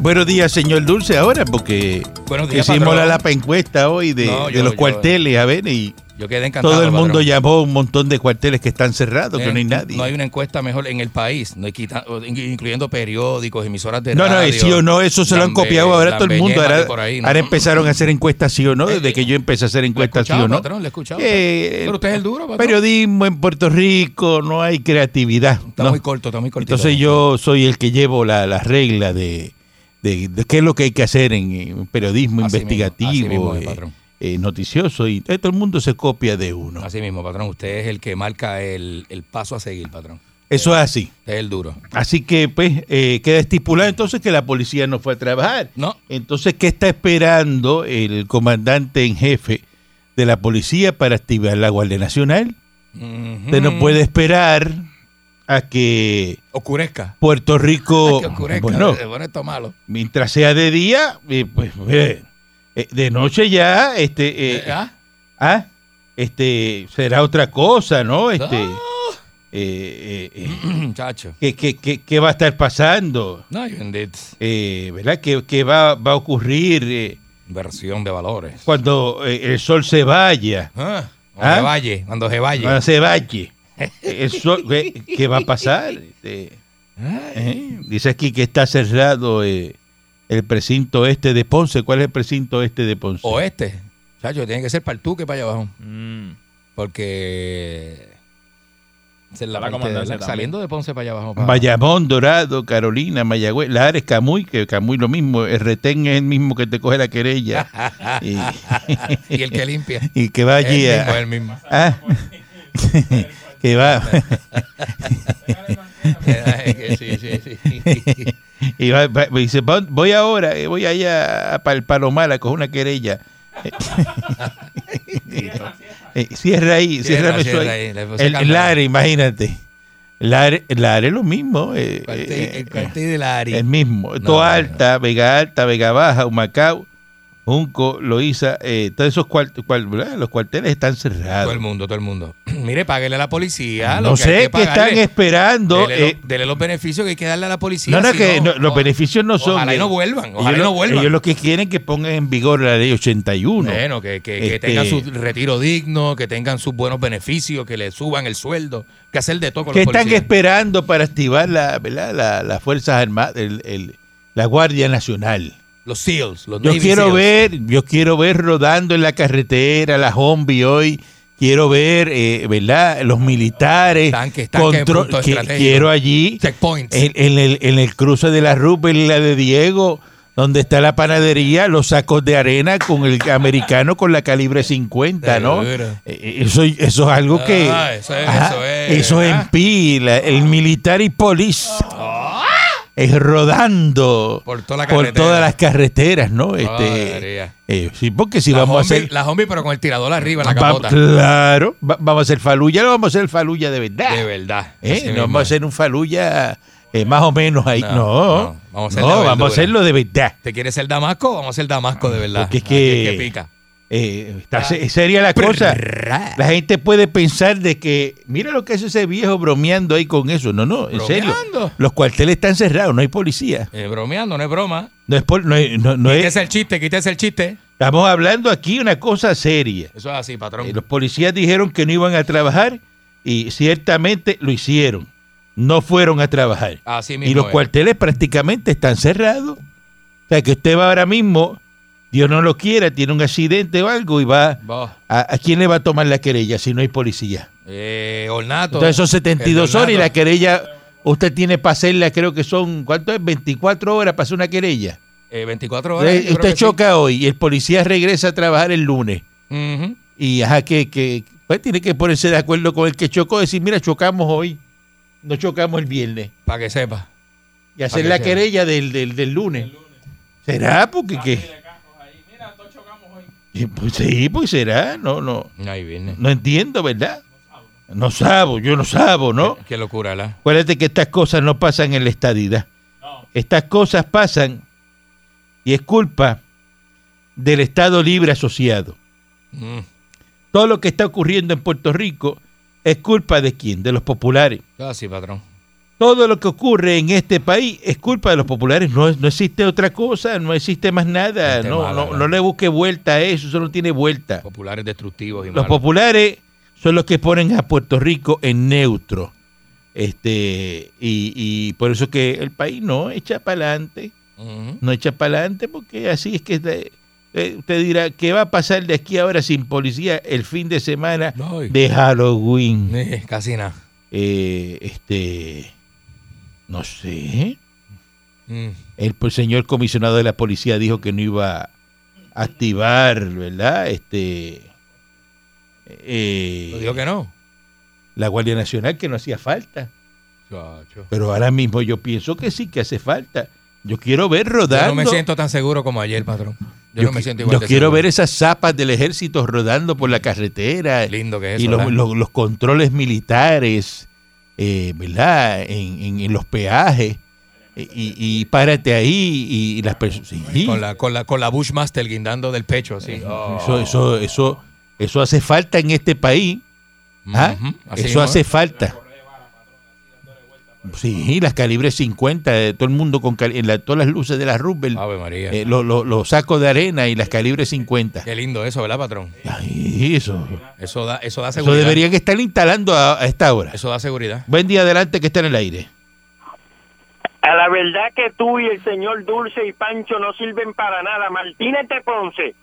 Speaker 3: Buenos días, señor Dulce, ahora, porque
Speaker 4: Buenos días,
Speaker 3: hicimos
Speaker 4: patrón.
Speaker 3: la lapa encuesta hoy de,
Speaker 4: No,
Speaker 3: de
Speaker 4: yo- eh.
Speaker 3: los
Speaker 4: yo-
Speaker 3: cuarteles, a ver, y
Speaker 4: Yo quedé encantado.
Speaker 3: todo el mundo
Speaker 4: patrón.
Speaker 3: llamó un montón de cuarteles que están cerrados, que no hay nadie.
Speaker 4: Eh, No hay una encuesta mejor en el país, no hay quita- o- in- incluyendo periódicos, emisoras de
Speaker 3: No,
Speaker 4: radio.
Speaker 3: no, es sí o no, eso se lo han
Speaker 4: Lambe-
Speaker 3: copiado ahora todo el mundo.
Speaker 4: Lambeñema de
Speaker 3: Ahora,
Speaker 4: por ahí, ¿no?
Speaker 3: ahora empezaron a hacer encuestas sí o no,
Speaker 4: Eh,
Speaker 3: desde que yo empecé a hacer
Speaker 4: Lo he
Speaker 3: encuestas sí
Speaker 4: escuchado,
Speaker 3: o no.
Speaker 4: patrón, lo he escuchado.
Speaker 3: Eh,
Speaker 4: Pero usted es el duro, patrón.
Speaker 3: Periodismo en Puerto Rico, no hay creatividad.
Speaker 4: Está
Speaker 3: ¿no?
Speaker 4: muy corto, está muy cortito.
Speaker 3: Entonces yo soy el que llevo la, la regla de, de- de qué es lo que hay que hacer en, en periodismo
Speaker 4: Así mismo, así
Speaker 3: investigativo,
Speaker 4: mismo es,
Speaker 3: eh,
Speaker 4: patrón.
Speaker 3: eh, noticioso, y eh, todo el mundo se copia de uno.
Speaker 4: Así mismo, patrón, usted es el que marca el, el paso a seguir, patrón.
Speaker 3: Eso es así.
Speaker 4: Usted es el duro.
Speaker 3: Así que, pues, eh, queda estipulado entonces que la policía no fue a trabajar.
Speaker 4: No.
Speaker 3: Entonces, ¿qué está esperando el comandante en jefe de la policía para activar la Guardia Nacional? Usted
Speaker 4: Mm.
Speaker 3: no puede esperar a que
Speaker 4: Oscurezca.
Speaker 3: Puerto Rico,
Speaker 4: Ay, que oscurezca.
Speaker 3: Oh, bueno,
Speaker 4: eh, bueno, esto es malo.
Speaker 3: mientras sea de día, eh, pues, eh, eh, de noche ya, este, eh,
Speaker 4: Eh, ah, (clears throat)
Speaker 3: ah, este, será otra cosa, ¿no? Este,
Speaker 4: Ah.
Speaker 3: eh, eh, eh,
Speaker 4: Chacho.
Speaker 3: ¿qué- qué- qué- qué va a estar pasando?
Speaker 4: No, you indeed.
Speaker 3: eh, ¿verdad? Que, que va, va a ocurrir eh,
Speaker 4: Versión de valores.
Speaker 3: cuando eh, el sol se vaya,
Speaker 4: Ah,
Speaker 3: ¿Ah?
Speaker 4: Cuando se valle, cuando se valle.
Speaker 3: cuando se valle.
Speaker 4: (laughs)
Speaker 3: El sol, ¿qué, qué va a pasar? Este, eh, dice aquí que está cerrado eh, el precinto este de Ponce. ¿Cuál es el precinto este de Ponce?
Speaker 4: Oeste. Chacho, tiene que ser para el tuque para allá abajo.
Speaker 7: Mm.
Speaker 4: Porque. se la parte
Speaker 7: Para la comandancia
Speaker 4: de la-
Speaker 7: también.
Speaker 4: saliendo de Ponce para allá abajo. para-
Speaker 3: Bayamón, Dorado, Carolina, Mayagüez, Lares, Camuy, que Camuy lo mismo, el retén es el mismo que te coge la
Speaker 4: (laughs)
Speaker 3: querella y,
Speaker 4: y el
Speaker 3: (laughs)
Speaker 4: que limpia.
Speaker 3: y que va allí
Speaker 4: el
Speaker 3: a-
Speaker 4: mismo, el mismo.
Speaker 3: Ah. (laughs) que va
Speaker 4: (laughs) Eh, que sí,
Speaker 3: (laughs)
Speaker 4: sí, sí.
Speaker 3: y va- va- y dice "Va- voy ahora eh, voy allá para el Palomar a coger una
Speaker 4: (laughs)
Speaker 3: querella (laughs) Eh, cierra ahí cierra,
Speaker 4: Cierra,
Speaker 3: eso
Speaker 4: cierra
Speaker 3: ahí.
Speaker 4: ahí, le puse
Speaker 3: el, el
Speaker 4: candado.
Speaker 3: Lare imagínate Lare, Lare lo mismo eh,
Speaker 4: Cuartel-
Speaker 3: eh,
Speaker 4: el
Speaker 3: eh,
Speaker 4: cuartel de la Ari.
Speaker 3: el mismo
Speaker 4: no, no.
Speaker 3: Toa Alta Vega Alta Vega Baja Humacao Junco Loíza eh, todos esos cuart- cual- ¿verdad? los cuarteles están
Speaker 4: Todo
Speaker 3: cerrados
Speaker 4: el mundo, todo el mundo. (clears throat) Mire, páguele a la policía. lo
Speaker 3: Ah, no
Speaker 4: que hay
Speaker 3: sé
Speaker 4: que
Speaker 3: qué están
Speaker 4: pagarle.
Speaker 3: esperando
Speaker 4: Dele,
Speaker 3: eh,
Speaker 4: lo- dele los beneficios que hay que darle a la policía.
Speaker 3: No, no,
Speaker 4: si
Speaker 3: que no, los
Speaker 4: o-
Speaker 3: beneficios no son.
Speaker 4: Ojalá y no
Speaker 3: eh,
Speaker 4: vuelvan.
Speaker 3: ellos
Speaker 4: Ojalá y
Speaker 3: lo-
Speaker 4: no vuelvan.
Speaker 3: Ellos lo que quieren es que pongan en vigor la ley 81.
Speaker 4: Bueno, que, que, que
Speaker 3: Este-
Speaker 4: tengan su retiro digno, que tengan sus buenos beneficios, que le suban el sueldo, que hacer de todo con
Speaker 3: ¿Qué
Speaker 4: los
Speaker 3: están
Speaker 4: policías.
Speaker 3: esperando para activar la, ¿verdad? la- las Fuerzas Armadas, el- el- la Guardia Nacional?
Speaker 4: Los SEALs, los
Speaker 3: Yo
Speaker 4: Navy
Speaker 3: quiero
Speaker 4: SEALs.
Speaker 3: ver, yo quiero ver rodando en la carretera la zombie hoy. Quiero ver, eh, ¿verdad? Los militares.
Speaker 4: Tanques, tanques en
Speaker 3: control-
Speaker 4: puntos
Speaker 3: que-
Speaker 4: estratégicos.
Speaker 3: quiero allí.
Speaker 4: Checkpoints.
Speaker 3: En, en el, en el cruce de la Rupert y la de Diego, donde está la panadería, los sacos de arena con el americano con la calibre 50, ¿no?
Speaker 4: Seguro.
Speaker 3: Eh, eh, Eso, eso es algo que.
Speaker 4: Ah, eso es, eso es,
Speaker 3: eso es en
Speaker 4: ¿verdad? Ah.
Speaker 3: pila. El military police. Es rodando
Speaker 4: Por toda la
Speaker 3: por
Speaker 4: carretera.
Speaker 3: todas las carreteras, ¿no? Este,
Speaker 4: María.
Speaker 3: eh, sí, porque si
Speaker 4: La
Speaker 3: vamos
Speaker 4: zombie-
Speaker 3: a hacer. Ah,
Speaker 4: La zombie, pero con el tirador arriba en la
Speaker 3: va- pues,
Speaker 4: capota.
Speaker 3: claro, va- vamos a hacer faluya, lo vamos a hacer faluya de verdad.
Speaker 4: De verdad.
Speaker 3: ¿eh?
Speaker 4: Así
Speaker 3: no
Speaker 4: mismo.
Speaker 3: vamos a hacer un faluya eh, más o menos ahí. No,
Speaker 4: No, no,
Speaker 3: vamos,
Speaker 4: vamos
Speaker 3: a
Speaker 4: a hacer la verdura.
Speaker 3: hacerlo de verdad.
Speaker 4: ¿Te quieres ser Damasco? Vamos a ser Damasco de verdad.
Speaker 3: Porque es
Speaker 4: Aquí
Speaker 3: que-
Speaker 4: pica.
Speaker 3: Eh, está se- seria la cosa. La gente puede pensar de que, mira lo que hace ese viejo bromeando ahí con eso. No, no, en serio.
Speaker 4: ¿Bromeando?
Speaker 3: Los cuarteles están cerrados, no hay policía.
Speaker 4: Eh, bromeando, no es broma.
Speaker 3: No es por- no, hay- no- no es,
Speaker 4: Quítese el chiste, quítese el chiste.
Speaker 3: estamos hablando aquí una cosa seria.
Speaker 4: Eso es así, patrón.
Speaker 3: Eh, los policías dijeron que no iban a trabajar y ciertamente lo hicieron. No fueron a trabajar.
Speaker 4: Así mismo.
Speaker 3: y los
Speaker 4: es.
Speaker 3: cuarteles prácticamente están cerrados. O sea, que usted va ahora mismo, Dios no lo quiera, tiene un accidente o algo y va...
Speaker 4: Bah,
Speaker 3: ¿A, a quién le va a tomar la querella si no hay policía?
Speaker 4: eh, Ornato.
Speaker 3: Entonces son 72
Speaker 4: El
Speaker 3: horas y la
Speaker 4: Ornato.
Speaker 3: querella... Usted tiene para hacerla, creo que son, ¿cuánto es? 24 horas para hacer una querella.
Speaker 4: Eh, 24 horas.
Speaker 3: Entonces,
Speaker 4: yo creo
Speaker 3: usted
Speaker 4: que sí.
Speaker 3: choca hoy y el policía regresa a trabajar el lunes.
Speaker 4: Ujú.
Speaker 3: Y ajá, que, que pues, tiene que ponerse de acuerdo con el que chocó, decir, mira, chocamos hoy, no chocamos el viernes.
Speaker 4: para que sepa.
Speaker 3: Y hacer
Speaker 4: que
Speaker 3: la
Speaker 4: sea.
Speaker 3: querella del, del, del lunes. ¿Será? Porque qué. Eh, Pues sí, pues será, no, no,
Speaker 4: Ahí viene.
Speaker 3: no entiendo, ¿verdad? No sabo, yo no sabo, ¿no?
Speaker 4: Qué locura, ¿la?
Speaker 3: Acuérdate que estas cosas no pasan en la estadidad. Estas cosas pasan y es culpa del Estado Libre Asociado.
Speaker 4: Mm,
Speaker 3: Todo lo que está ocurriendo en Puerto Rico es culpa de quién? De los populares.
Speaker 4: Casi, patrón.
Speaker 3: Todo lo que ocurre en este país es culpa de los populares. No, es- no existe otra cosa, no existe más nada.
Speaker 4: Gente
Speaker 3: No,
Speaker 4: mala,
Speaker 3: no,
Speaker 4: ¿no? Este
Speaker 3: no le busque vuelta a eso, eso no tiene vuelta.
Speaker 4: Populares destructivos y
Speaker 3: Los
Speaker 4: malos.
Speaker 3: populares son los que ponen a Puerto Rico en neutro. Este, y, y por eso que el país no echa para adelante,
Speaker 4: Ujú.
Speaker 3: no echa para adelante, porque así es que eh, eh, usted dirá, ¿qué va a pasar de aquí ahora sin policía el fin de semana
Speaker 4: No, y-
Speaker 3: de Halloween?
Speaker 4: Eh, Casi nada.
Speaker 3: Eh, este, no sé.
Speaker 4: Mm.
Speaker 3: El pues, señor comisionado de la policía dijo que no iba a activar, ¿verdad? Este. eh,
Speaker 4: Lo digo que no.
Speaker 3: la Guardia Nacional que no hacía falta.
Speaker 4: Chacho.
Speaker 3: Pero ahora mismo yo pienso que sí que hace falta. Yo quiero ver rodando.
Speaker 4: Yo no me siento tan seguro como ayer, patrón.
Speaker 3: yo
Speaker 4: Yo, no me
Speaker 3: qui-
Speaker 4: siento igual.
Speaker 3: yo
Speaker 4: de
Speaker 3: quiero
Speaker 4: seguro.
Speaker 3: ver esas zapas del ejército rodando por la carretera
Speaker 4: Lindo que es
Speaker 3: y
Speaker 4: eso.
Speaker 3: los,
Speaker 4: ¿verdad?
Speaker 3: los- los controles militares, eh, ¿verdad? En, en- en los peajes. Y, y- y párate ahí y, y las personas. sí.
Speaker 4: Con la, con la, con la Bushmaster guindando del pecho, Oh. sí.
Speaker 3: Eso, eso, eso, eso hace falta en este país. ¿ah? Eso
Speaker 4: ¿eh?
Speaker 3: hace falta. Sí, las calibres 50, eh, todo el mundo con cali- en la- todas las luces de la Rubel,
Speaker 4: Ave María.
Speaker 3: eh, lo- lo- los sacos de arena y las calibres 50.
Speaker 4: Qué lindo eso, ¿verdad, patrón?
Speaker 3: Ay, eso,
Speaker 4: Eso da, eso da
Speaker 3: eso
Speaker 4: seguridad. Eso,
Speaker 3: deberían estar instalando a, a esta hora.
Speaker 4: da seguridad.
Speaker 3: Buen día adelante que está en el aire.
Speaker 7: A la verdad que tú y el señor Dulce y Pancho no sirven para nada. Martínez de Ponce.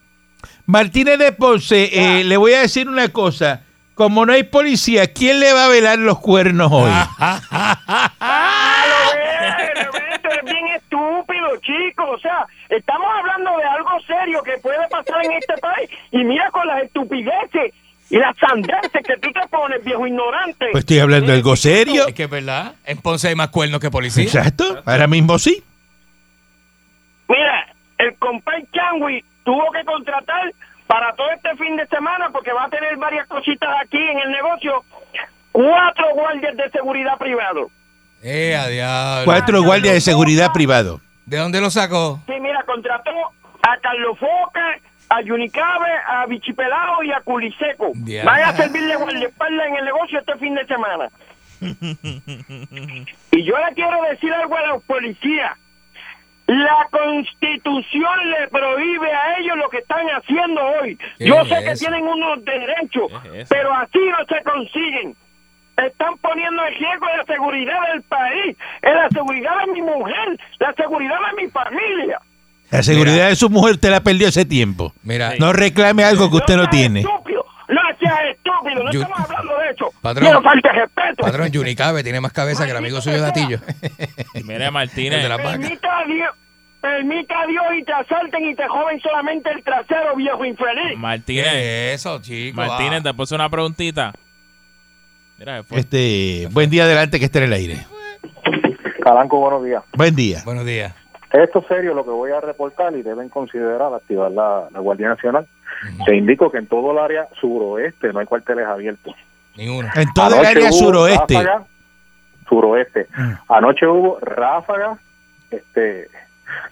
Speaker 3: Martínez de Ponce, eh, le voy a decir una cosa. Como no hay policía, ¿quién le va a velar los cuernos hoy?
Speaker 7: ¡Ah, lo ves! ¡Lo ves! Tú eres bien estúpido, chico. O sea, estamos hablando de algo serio que puede pasar en este país. Y mira con las estupideces y las sandeces que tú te pones, viejo ignorante.
Speaker 3: Pues estoy hablando de algo serio.
Speaker 4: Es que es verdad. En Ponce hay más cuernos que policía.
Speaker 3: Exacto, ahora mismo sí.
Speaker 7: Mira, el compay Changui tuvo que contratar para todo este fin de semana porque va a tener varias cositas aquí en el negocio. Cuatro guardias de seguridad privado.
Speaker 4: Eh, a diablo.
Speaker 3: Cuatro guardias de seguridad privado.
Speaker 4: ¿De dónde lo sacó?
Speaker 7: Sí, mira, contrató a Carlos Foca, a Yunicabe, a Bichipelao y a Culiseco.
Speaker 4: Ya.
Speaker 7: Van a servirle guardaespaldas en el negocio este fin de semana. y yo le quiero decir algo a los policías. La constitución le prohíbe a ellos lo que están haciendo hoy.
Speaker 4: ¿Qué
Speaker 7: Yo
Speaker 4: es
Speaker 7: sé que
Speaker 4: eso?
Speaker 7: tienen unos derechos,
Speaker 4: ¿Qué es eso?
Speaker 7: pero así no se consiguen. Están poniendo en riesgo la seguridad del país, en la seguridad de mi mujer, la seguridad de mi familia.
Speaker 3: La seguridad
Speaker 4: Mira.
Speaker 3: de su mujer te la perdió hace tiempo.
Speaker 4: Mira,
Speaker 3: No reclame algo que usted no
Speaker 7: seas
Speaker 3: tiene.
Speaker 7: Estúpido, no seas estúpido, no
Speaker 4: Yo-
Speaker 7: estamos hablando de eso.
Speaker 4: Patrón.
Speaker 7: no falta respeto.
Speaker 4: patrón Yunicabe tiene más cabeza que el amigo suyo de Atillo.
Speaker 11: Mira,
Speaker 4: (laughs) El de
Speaker 11: Martínez.
Speaker 4: la vaca.
Speaker 7: Permita a Dios, permita a Dios y te asalten y te joven solamente el trasero, viejo infeliz.
Speaker 3: eh,
Speaker 11: Martínez.
Speaker 4: ¿Qué es eso, chico?
Speaker 11: Martínez,
Speaker 4: Ah.
Speaker 11: te puse una preguntita. Mira, que fue.
Speaker 3: Este, buen día adelante que esté en el aire.
Speaker 8: Caranco, buenos días.
Speaker 3: Buen día.
Speaker 4: Buenos días.
Speaker 8: Esto es serio lo que voy a reportar y deben considerar activar la, la Guardia Nacional. Te indico que en todo el área suroeste no hay cuarteles abiertos.
Speaker 4: Ninguno.
Speaker 3: En todo el
Speaker 8: Anoche
Speaker 3: área
Speaker 8: hubo
Speaker 3: suroeste. Mm.
Speaker 8: ráfagas- suroeste. Anoche hubo ráfagas este,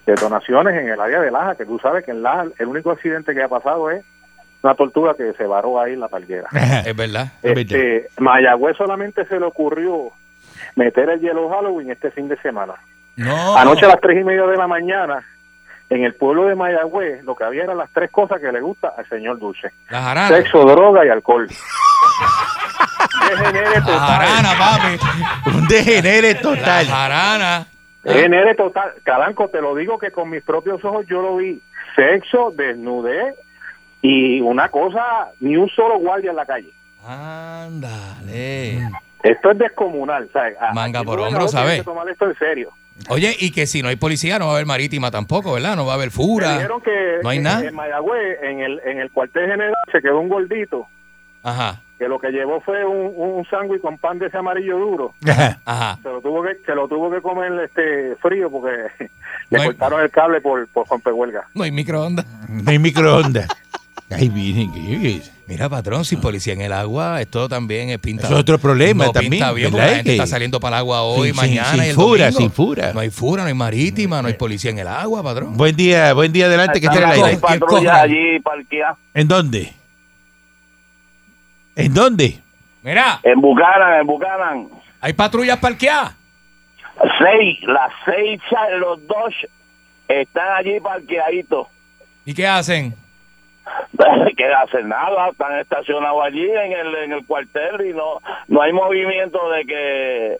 Speaker 8: detonaciones en el área de Laja, que tú sabes que en Laja el único accidente que ha pasado es una tortuga que se varó ahí en la palguera.
Speaker 3: Ajá,
Speaker 4: Es verdad.
Speaker 3: es verdad.
Speaker 8: Este, Mayagüez solamente se le ocurrió meter el hielo Halloween este fin de semana.
Speaker 4: No.
Speaker 8: Anoche a las tres y media de la mañana, en el pueblo de Mayagüez, lo que había eran las tres cosas que le gusta al señor Dulce.
Speaker 4: La jarana.
Speaker 8: Sexo, droga y alcohol. DNR
Speaker 4: La
Speaker 8: total.
Speaker 4: jarana, papi.
Speaker 3: Un degenere
Speaker 4: La
Speaker 3: total. (laughs)
Speaker 4: jarana.
Speaker 8: DNR total. Calanco, te lo digo que con mis propios ojos yo lo vi. Sexo, desnudez y una cosa, ni un solo guardia en la calle.
Speaker 4: Ándale.
Speaker 8: Esto es descomunal. ¿sabes? A-
Speaker 4: Manga
Speaker 8: aquí
Speaker 4: por
Speaker 8: tú ves,
Speaker 4: hombro,
Speaker 12: Ah,
Speaker 8: nosotros
Speaker 4: ¿sabes?
Speaker 8: tenemos que tomar esto en serio.
Speaker 4: Oye, y que si no hay policía no va a haber marítima tampoco, ¿verdad? No va a haber
Speaker 12: Me
Speaker 4: fura.
Speaker 12: dijeron que
Speaker 4: No hay
Speaker 12: en-
Speaker 4: nada.
Speaker 12: en Mayagüez, en el, en el cuartel general, se quedó un gordito
Speaker 4: Ajá,
Speaker 12: que lo que llevó fue un, un sándwich con pan de ese amarillo duro.
Speaker 4: ajá.
Speaker 12: Se lo tuvo que, se lo tuvo que comer este frío porque (laughs) le
Speaker 4: No hay-
Speaker 12: cortaron el cable por, por rompehuelga.
Speaker 4: No hay microondas.
Speaker 3: No hay microondas. Ay, miren, que yo-
Speaker 4: Mira, patrón, sin policía en el agua, esto también es pinta.
Speaker 3: Ah. Eso es otro problema
Speaker 4: no
Speaker 3: también,
Speaker 4: Pinta bien, porque
Speaker 3: ¿verdad?
Speaker 4: la gente
Speaker 3: Que-
Speaker 4: está saliendo para el agua hoy,
Speaker 3: Sin-
Speaker 4: mañana.
Speaker 3: sin-
Speaker 4: y el
Speaker 3: sin fura,
Speaker 4: domingo.
Speaker 3: sin fura. Eh.
Speaker 4: No hay fura, no hay marítima, no hay policía en el agua, patrón.
Speaker 3: Buen día, buen día adelante que esté en el
Speaker 4: Estamos
Speaker 3: aire.
Speaker 4: con- que
Speaker 7: patrullas
Speaker 4: cojan.
Speaker 7: allí parqueadas
Speaker 3: ¿En dónde? ¿En dónde?
Speaker 4: Mira,
Speaker 7: en Bucanan, en Bucanan.
Speaker 4: hay patrullas parqueadas.
Speaker 7: Seis, las seis, cha- los dos están allí parqueaditos. (laughs)
Speaker 4: ¿Y qué hacen?
Speaker 7: que hacen nada, están estacionados allí en el, en el cuartel y no, no hay movimiento de que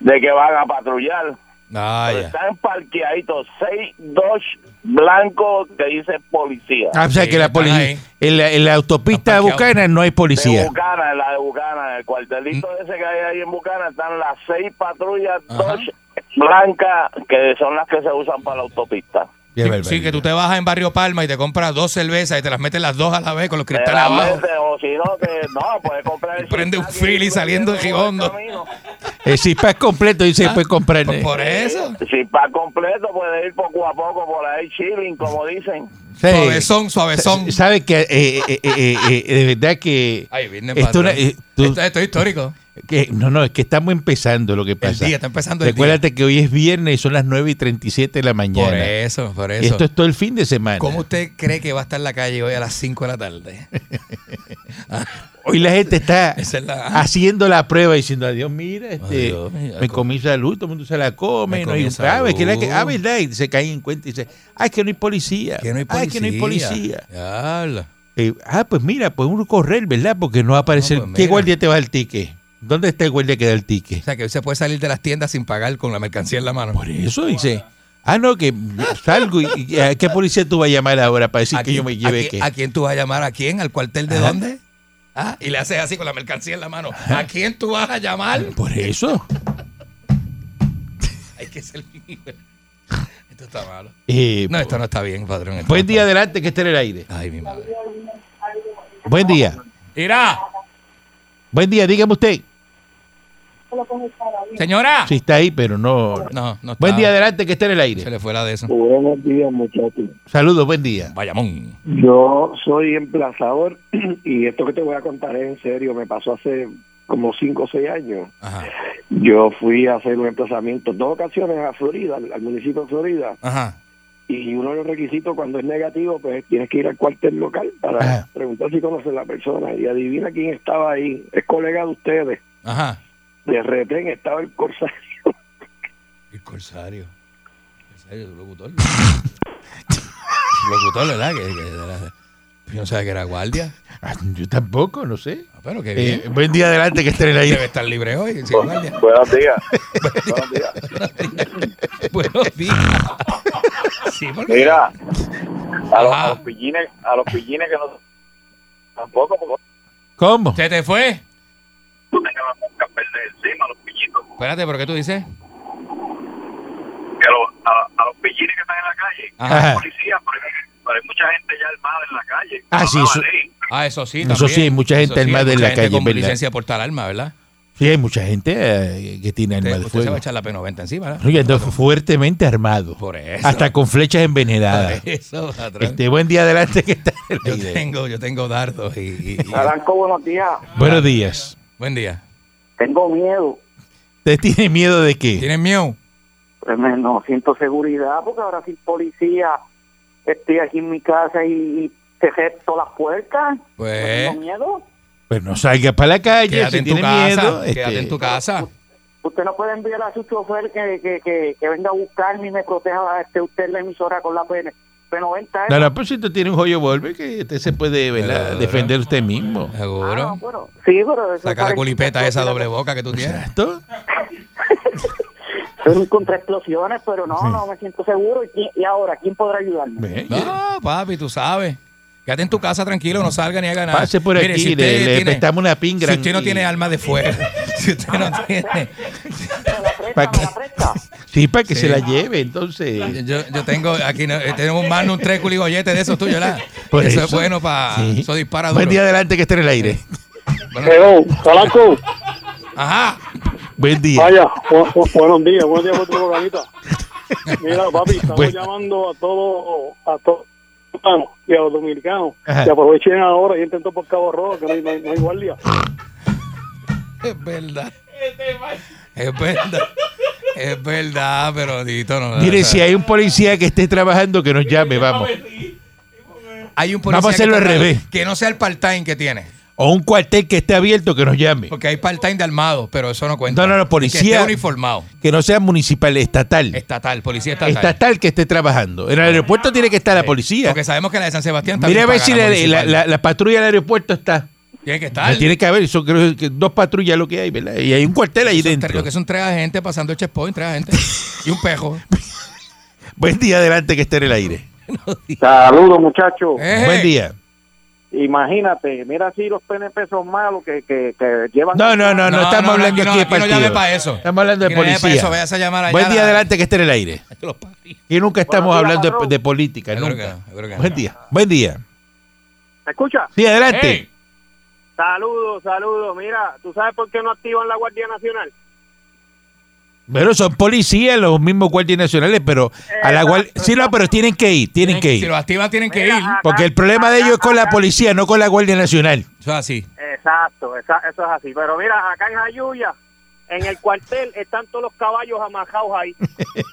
Speaker 7: de que van a patrullar.
Speaker 4: Ah,
Speaker 7: Pero
Speaker 4: ya.
Speaker 7: Están parqueaditos, seis, dos blancos que dicen policía.
Speaker 3: Ah, o sea
Speaker 4: Sí,
Speaker 3: que la
Speaker 4: están
Speaker 3: policía.
Speaker 4: ahí.
Speaker 3: En la, en la autopista de
Speaker 4: Están parqueados.
Speaker 3: Bucana no hay
Speaker 7: De
Speaker 4: eh.
Speaker 3: policía.
Speaker 7: Bucana, en la de Bucana, en el cuartelito ese que hay ahí en Bucana, están las seis patrullas,
Speaker 4: Mm. Ajá.
Speaker 7: dos blancas, que son las que se usan para la autopista.
Speaker 3: Qué
Speaker 4: Sí,
Speaker 3: barbaridad.
Speaker 4: sí, que tú te vas en Barrio Palma y te compras dos cervezas y te las metes las dos a la vez con los
Speaker 7: Te
Speaker 4: cristales
Speaker 7: la
Speaker 4: abajo.
Speaker 7: metes, o si no, te- no,
Speaker 4: (laughs)
Speaker 7: puedes comprar el
Speaker 4: Prende un
Speaker 7: Sixpack y
Speaker 4: frilly saliendo de
Speaker 7: todo el
Speaker 4: Gibondo.
Speaker 7: camino.
Speaker 3: El CIPAC completo y se puede comprar.
Speaker 4: Pues
Speaker 3: eh.
Speaker 4: por eso.
Speaker 7: Si para completo, puedes ir poco a poco por ahí chilling, como dicen.
Speaker 3: Sí.
Speaker 4: Suavezón, suavezón.
Speaker 3: Sa- ¿Sabe que eh, eh, eh, eh, eh, de verdad que
Speaker 4: Ay, viene
Speaker 3: Esto
Speaker 4: patrón.
Speaker 3: una- eh, tú-
Speaker 4: Esto- esto es histórico.
Speaker 3: que- no, no, es que estamos empezando lo que pasa.
Speaker 4: día, está empezando el
Speaker 3: Recuérdate que hoy es viernes y son las 9 y 37 de la
Speaker 4: Por
Speaker 3: mañana.
Speaker 4: eso, por
Speaker 3: Y
Speaker 4: eso.
Speaker 3: esto es todo el fin de semana.
Speaker 4: ¿Cómo usted cree que va a estar en la calle hoy a las 5 de la tarde?
Speaker 3: Hoy la gente
Speaker 4: (laughs)
Speaker 3: está
Speaker 4: Esa
Speaker 3: (laughs)
Speaker 4: es la- Ah,
Speaker 3: haciendo la prueba diciendo, adiós, mira, este,
Speaker 4: Adiós, mira,
Speaker 3: me
Speaker 4: co-
Speaker 3: comí salud, todo el mundo se la come.
Speaker 4: Me
Speaker 3: No hay,
Speaker 4: comí
Speaker 3: ah, es que la que- ah,
Speaker 4: salud.
Speaker 3: verdad, y se caen en cuenta y dice, ay, es que no hay policía.
Speaker 4: Que no hay
Speaker 3: Ay,
Speaker 4: policía.
Speaker 3: es que no hay policía.
Speaker 4: Diablo.
Speaker 3: Eh, ah, pues mira, pues uno correr, ¿verdad? Porque no va a aparecer.
Speaker 4: pues
Speaker 3: ¿Qué
Speaker 4: mira.
Speaker 3: guardia te va el ticket? ¿Dónde está el guardia que da el ticket?
Speaker 4: O sea, que hoy se puede salir de las tiendas sin pagar con la mercancía en la mano.
Speaker 3: Por eso dice. Ah, no, que salgo. Y, y ¿A qué policía tú vas a llamar ahora para decir
Speaker 4: ¿A
Speaker 3: que yo
Speaker 4: quién-
Speaker 3: me lleve
Speaker 4: a
Speaker 3: qué?
Speaker 4: quién, a quién tú vas a llamar? ¿A quién? ¿Al cuartel de
Speaker 3: Ajá.
Speaker 4: dónde? Ah, Y le haces así con la mercancía en la mano. ¿A quién tú vas a llamar?
Speaker 3: Por eso.
Speaker 4: Hay que ser bien. Esto está malo.
Speaker 3: Eh,
Speaker 4: No, esto no está bien, padrón. esto
Speaker 3: Buen
Speaker 4: no
Speaker 3: día
Speaker 4: está
Speaker 3: adelante que esté en el aire.
Speaker 4: bien. Ay, mi madre.
Speaker 3: Buen día.
Speaker 4: Irá,
Speaker 3: Buen día, dígame usted.
Speaker 4: señora.
Speaker 3: Si está ahí, pero no.
Speaker 4: No, no está.
Speaker 3: Buen día adelante que esté en el
Speaker 4: Se
Speaker 3: aire.
Speaker 4: le fue la de eso.
Speaker 13: Buenos días, muchachos.
Speaker 3: Saludos, buen día.
Speaker 4: Vayamón.
Speaker 13: Yo soy emplazador (clears throat) y esto que te voy a contar es en serio. Me pasó hace como 5 o 6 años.
Speaker 4: Ajá.
Speaker 13: Yo fui a hacer un emplazamiento en dos ocasiones a Florida, al, al municipio de Florida,
Speaker 4: Ajá.
Speaker 13: y uno de los requisitos cuando es negativo, pues tienes que ir al cuartel local para
Speaker 3: Ajá.
Speaker 13: preguntar si conoces la persona. Y adivina quién estaba ahí, es colega de ustedes.
Speaker 4: Ajá.
Speaker 13: De retén estaba el corsario.
Speaker 4: El corsario. El corsario es un locutor. locutor, ¿verdad? Que, que- de la- yo no sabía que era guardia.
Speaker 3: Ah, Yo tampoco, no sé.
Speaker 4: Ah, pero que bien.
Speaker 3: Eh, buen día adelante que esté en el
Speaker 4: Debe
Speaker 3: aire.
Speaker 4: estar libre hoy. sí, guardia.
Speaker 10: Buenos días.
Speaker 8: (laughs)
Speaker 10: Buenos
Speaker 3: (laughs)
Speaker 10: días. (laughs)
Speaker 4: Buenos días. Sí, porque.
Speaker 10: Mira, a los,
Speaker 4: Ajá.
Speaker 10: a los pillines, a los pillines que no tampoco porque
Speaker 3: ¿Cómo?
Speaker 4: ¿Se te fue?
Speaker 10: no te llevan nunca a perder encima a los pillitos,
Speaker 4: Espérate, ¿por qué tú dices?
Speaker 10: que a, los- a, a los pillines que están en la calle,
Speaker 3: Ajá.
Speaker 10: policía, pero, pero hay mucha gente ya armada en la calle.
Speaker 3: Ah,
Speaker 10: No
Speaker 3: sí,
Speaker 10: la
Speaker 3: eso-
Speaker 10: ley.
Speaker 4: Ah, eso sí.
Speaker 3: Eso
Speaker 4: también.
Speaker 3: sí, hay mucha gente
Speaker 4: Eso sí,
Speaker 3: armada
Speaker 4: hay
Speaker 3: en
Speaker 4: mucha
Speaker 3: la
Speaker 4: gente
Speaker 3: calle,
Speaker 4: Con
Speaker 3: ¿verdad?
Speaker 4: licencia de portar arma, ¿verdad?
Speaker 3: Sí, hay mucha gente eh, que tiene
Speaker 4: Usted,
Speaker 3: arma de
Speaker 4: usted se va
Speaker 3: fuego.
Speaker 4: a echar la P90 encima, ¿verdad?
Speaker 3: Oye, ando fuertemente armado.
Speaker 4: Por eso. (laughs)
Speaker 3: Hasta con flechas envenenadas.
Speaker 4: Eso, patrón.
Speaker 3: Este buen día adelante que está en el
Speaker 4: yo
Speaker 3: aire.
Speaker 4: tengo, yo tengo dardos y, y- y-
Speaker 7: Aranco, buenos días.
Speaker 3: Buenos días.
Speaker 4: Buen día.
Speaker 7: Tengo miedo.
Speaker 3: ¿Usted tiene miedo de qué?
Speaker 4: ¿Tienes miedo?
Speaker 7: Pues, me- No siento seguridad porque ahora sin policía estoy aquí en mi casa y, y te gesto las puertas.
Speaker 4: Pues-
Speaker 7: ¿No tengo miedo?
Speaker 3: Pues no salga para la calle
Speaker 4: Quédate
Speaker 3: si
Speaker 4: en tu
Speaker 3: tiene
Speaker 4: casa.
Speaker 3: miedo.
Speaker 4: Quédate
Speaker 3: este,
Speaker 4: en tu casa.
Speaker 7: Usted no puede enviar a su chofer que, que, que, que venga a buscarme y me proteja este, usted la emisora con la P- P90.
Speaker 3: No, no, pues si usted tiene un joyo volver que usted se puede ¿verdad?
Speaker 4: Claro.
Speaker 3: defender usted mismo.
Speaker 4: Seguro.
Speaker 3: pues,
Speaker 7: bueno, sí, pero eso
Speaker 4: Saca la
Speaker 7: parece-
Speaker 4: culipeta esa doble boca que tú tienes.
Speaker 3: Exacto.
Speaker 7: Son contra explosiones, pero no, no me siento seguro. ¿Y, quién- y ahora quién podrá ayudarme?
Speaker 3: Ve, ¿eh?
Speaker 4: No,
Speaker 3: pues,
Speaker 4: papi, tú sabes. Quédate en tu casa tranquilo, no salga ni haga nada.
Speaker 3: Pase por
Speaker 4: Mire,
Speaker 3: aquí,
Speaker 4: si usted
Speaker 3: le, le
Speaker 4: tiene-
Speaker 3: prestamos una pingra.
Speaker 4: Si usted no
Speaker 3: y- (laughs)
Speaker 4: (laughs) tiene alma de fuego, si usted no tiene,
Speaker 7: Me la presta, me la presta.
Speaker 3: Sí, para que
Speaker 4: Sí.
Speaker 3: se la lleve, entonces.
Speaker 4: Yo, yo tengo aquí no, eh, tenemos un mano, un tréculo y gollete de esos tuyos, ¿verdad?
Speaker 3: Por
Speaker 4: eso, es
Speaker 3: eso.
Speaker 4: bueno para.
Speaker 3: Sí.
Speaker 4: Eso dispara duro.
Speaker 3: Buen día adelante que esté en el
Speaker 4: (laughs)
Speaker 3: aire.
Speaker 14: Hello, Calanco.
Speaker 4: Ajá.
Speaker 3: Buen día.
Speaker 14: Vaya, bu- bu- buenos días, buenos días, Puerto Rico, Canita. Mira, papi, estamos
Speaker 3: Bueno.
Speaker 14: llamando a todos, a todos los mexicanos y a los dominicanos
Speaker 3: Ajá.
Speaker 14: que aprovechen ahora y intento por Cabo Rojo, que no hay, no hay- no hay guardia.
Speaker 4: Es verdad. Es verdad. Es verdad, pero Dito no.
Speaker 3: Mire,
Speaker 4: o sea,
Speaker 3: si hay un policía que esté trabajando, que nos llame, vamos.
Speaker 4: hay un
Speaker 3: vamos a hacerlo
Speaker 4: que
Speaker 3: al
Speaker 4: está-
Speaker 3: revés.
Speaker 4: Que no sea el part-time que tiene.
Speaker 3: O un cuartel que esté abierto, que nos llame.
Speaker 4: Porque hay part-time de armado, pero eso no cuenta.
Speaker 3: No, no, no,
Speaker 4: Y Que
Speaker 3: policía.
Speaker 4: esté uniformado.
Speaker 3: Que no sea municipal, estatal.
Speaker 4: Estatal, policía estatal. Eh,
Speaker 3: Estatal que esté trabajando. En el aeropuerto tiene que estar la policía.
Speaker 4: Porque sabemos que la de San Sebastián también.
Speaker 3: Mire a ver si la, la- la-
Speaker 4: municipal.
Speaker 3: la patrulla del aeropuerto está.
Speaker 4: Tiene que estar.
Speaker 3: Tiene que haber, son creo que dos patrullas lo que hay, ¿verdad? Y hay un cuartel ahí
Speaker 4: Son tres-
Speaker 3: dentro.
Speaker 4: Lo que son tres agentes pasando el checkpoint, tres agentes. y un pejo.
Speaker 3: Buen día adelante que esté en el aire.
Speaker 7: (laughs) Saludos, muchachos.
Speaker 3: (laughs)
Speaker 4: Eh.
Speaker 3: Buen día.
Speaker 7: Imagínate, mira si los PNP son malos que, que, que llevan.
Speaker 3: No, no, no, no, estamos hablando
Speaker 7: aquí
Speaker 3: aquí, de
Speaker 7: aquí no
Speaker 3: partido.
Speaker 7: llame
Speaker 4: pa' eso.
Speaker 3: Estamos hablando de
Speaker 4: Aquí no llame pa'
Speaker 3: policía.
Speaker 4: eso, vayas a llamar allá
Speaker 3: Buen día
Speaker 4: a la-
Speaker 3: adelante que esté en el aire. Y nunca estamos
Speaker 7: días,
Speaker 3: hablando de,
Speaker 7: patrón.
Speaker 3: de política,
Speaker 4: creo
Speaker 3: nunca.
Speaker 4: que no, yo creo que
Speaker 3: Buen
Speaker 4: no.
Speaker 3: día, buen día.
Speaker 7: ¿Me escucha?
Speaker 3: Sí, adelante.
Speaker 7: Saludos, saludos. Mira, ¿tú sabes por qué no activan la Guardia Nacional?
Speaker 3: Pero son policías los mismos guardias nacionales, pero a la guardia... Sí, Eh, no, pero tienen que ir, tienen que
Speaker 4: Si
Speaker 3: ir.
Speaker 4: lo activan, tienen que ir.
Speaker 3: Porque el problema de ellos es con la policía, no con la Guardia Nacional.
Speaker 4: Eso es así.
Speaker 7: Exacto, esa- eso es así. Pero mira, acá en Ayuya, en el cuartel, están todos los caballos amajados ahí.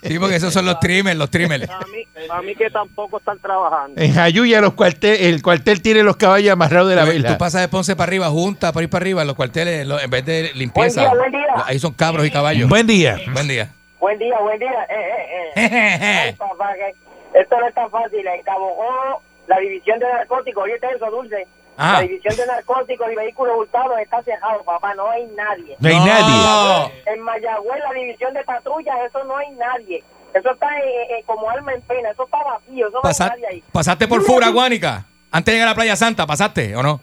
Speaker 4: Sí, porque esos son los trimmers, los trimmers.
Speaker 7: A mí, a mí que tampoco están trabajando.
Speaker 3: En Jayuya los cuartel, el cuartel tiene los caballos amarrados de la
Speaker 4: Pues, Tú
Speaker 3: vela.
Speaker 4: pasas de Ponce para arriba, junta, para ir para arriba, en los cuarteles, en lo- en vez de limpieza.
Speaker 7: Buen día, buen día.
Speaker 4: Ahí son cabros y caballos.
Speaker 3: Buen día.
Speaker 4: Buen día.
Speaker 7: Buen día, buen día. Eh, eh, eh. Ay, papá, que esto no es tan fácil. En Cabo Rojo, la división de narcóticos, oye eso, Dulce.
Speaker 4: Ajá.
Speaker 7: La división de narcóticos y vehículos hurtados está cerrado, papá. No hay nadie.
Speaker 3: No hay nadie.
Speaker 7: En Mayagüez, la división de patrullas, eso no hay nadie. Eso está eh, eh, como alma en pena. Eso está vacío. Eso no
Speaker 4: Pasa-
Speaker 7: hay nadie ahí.
Speaker 4: pasaste por Fura, Guánica. Antes de llegar a la Playa Santa, ¿pasaste o no?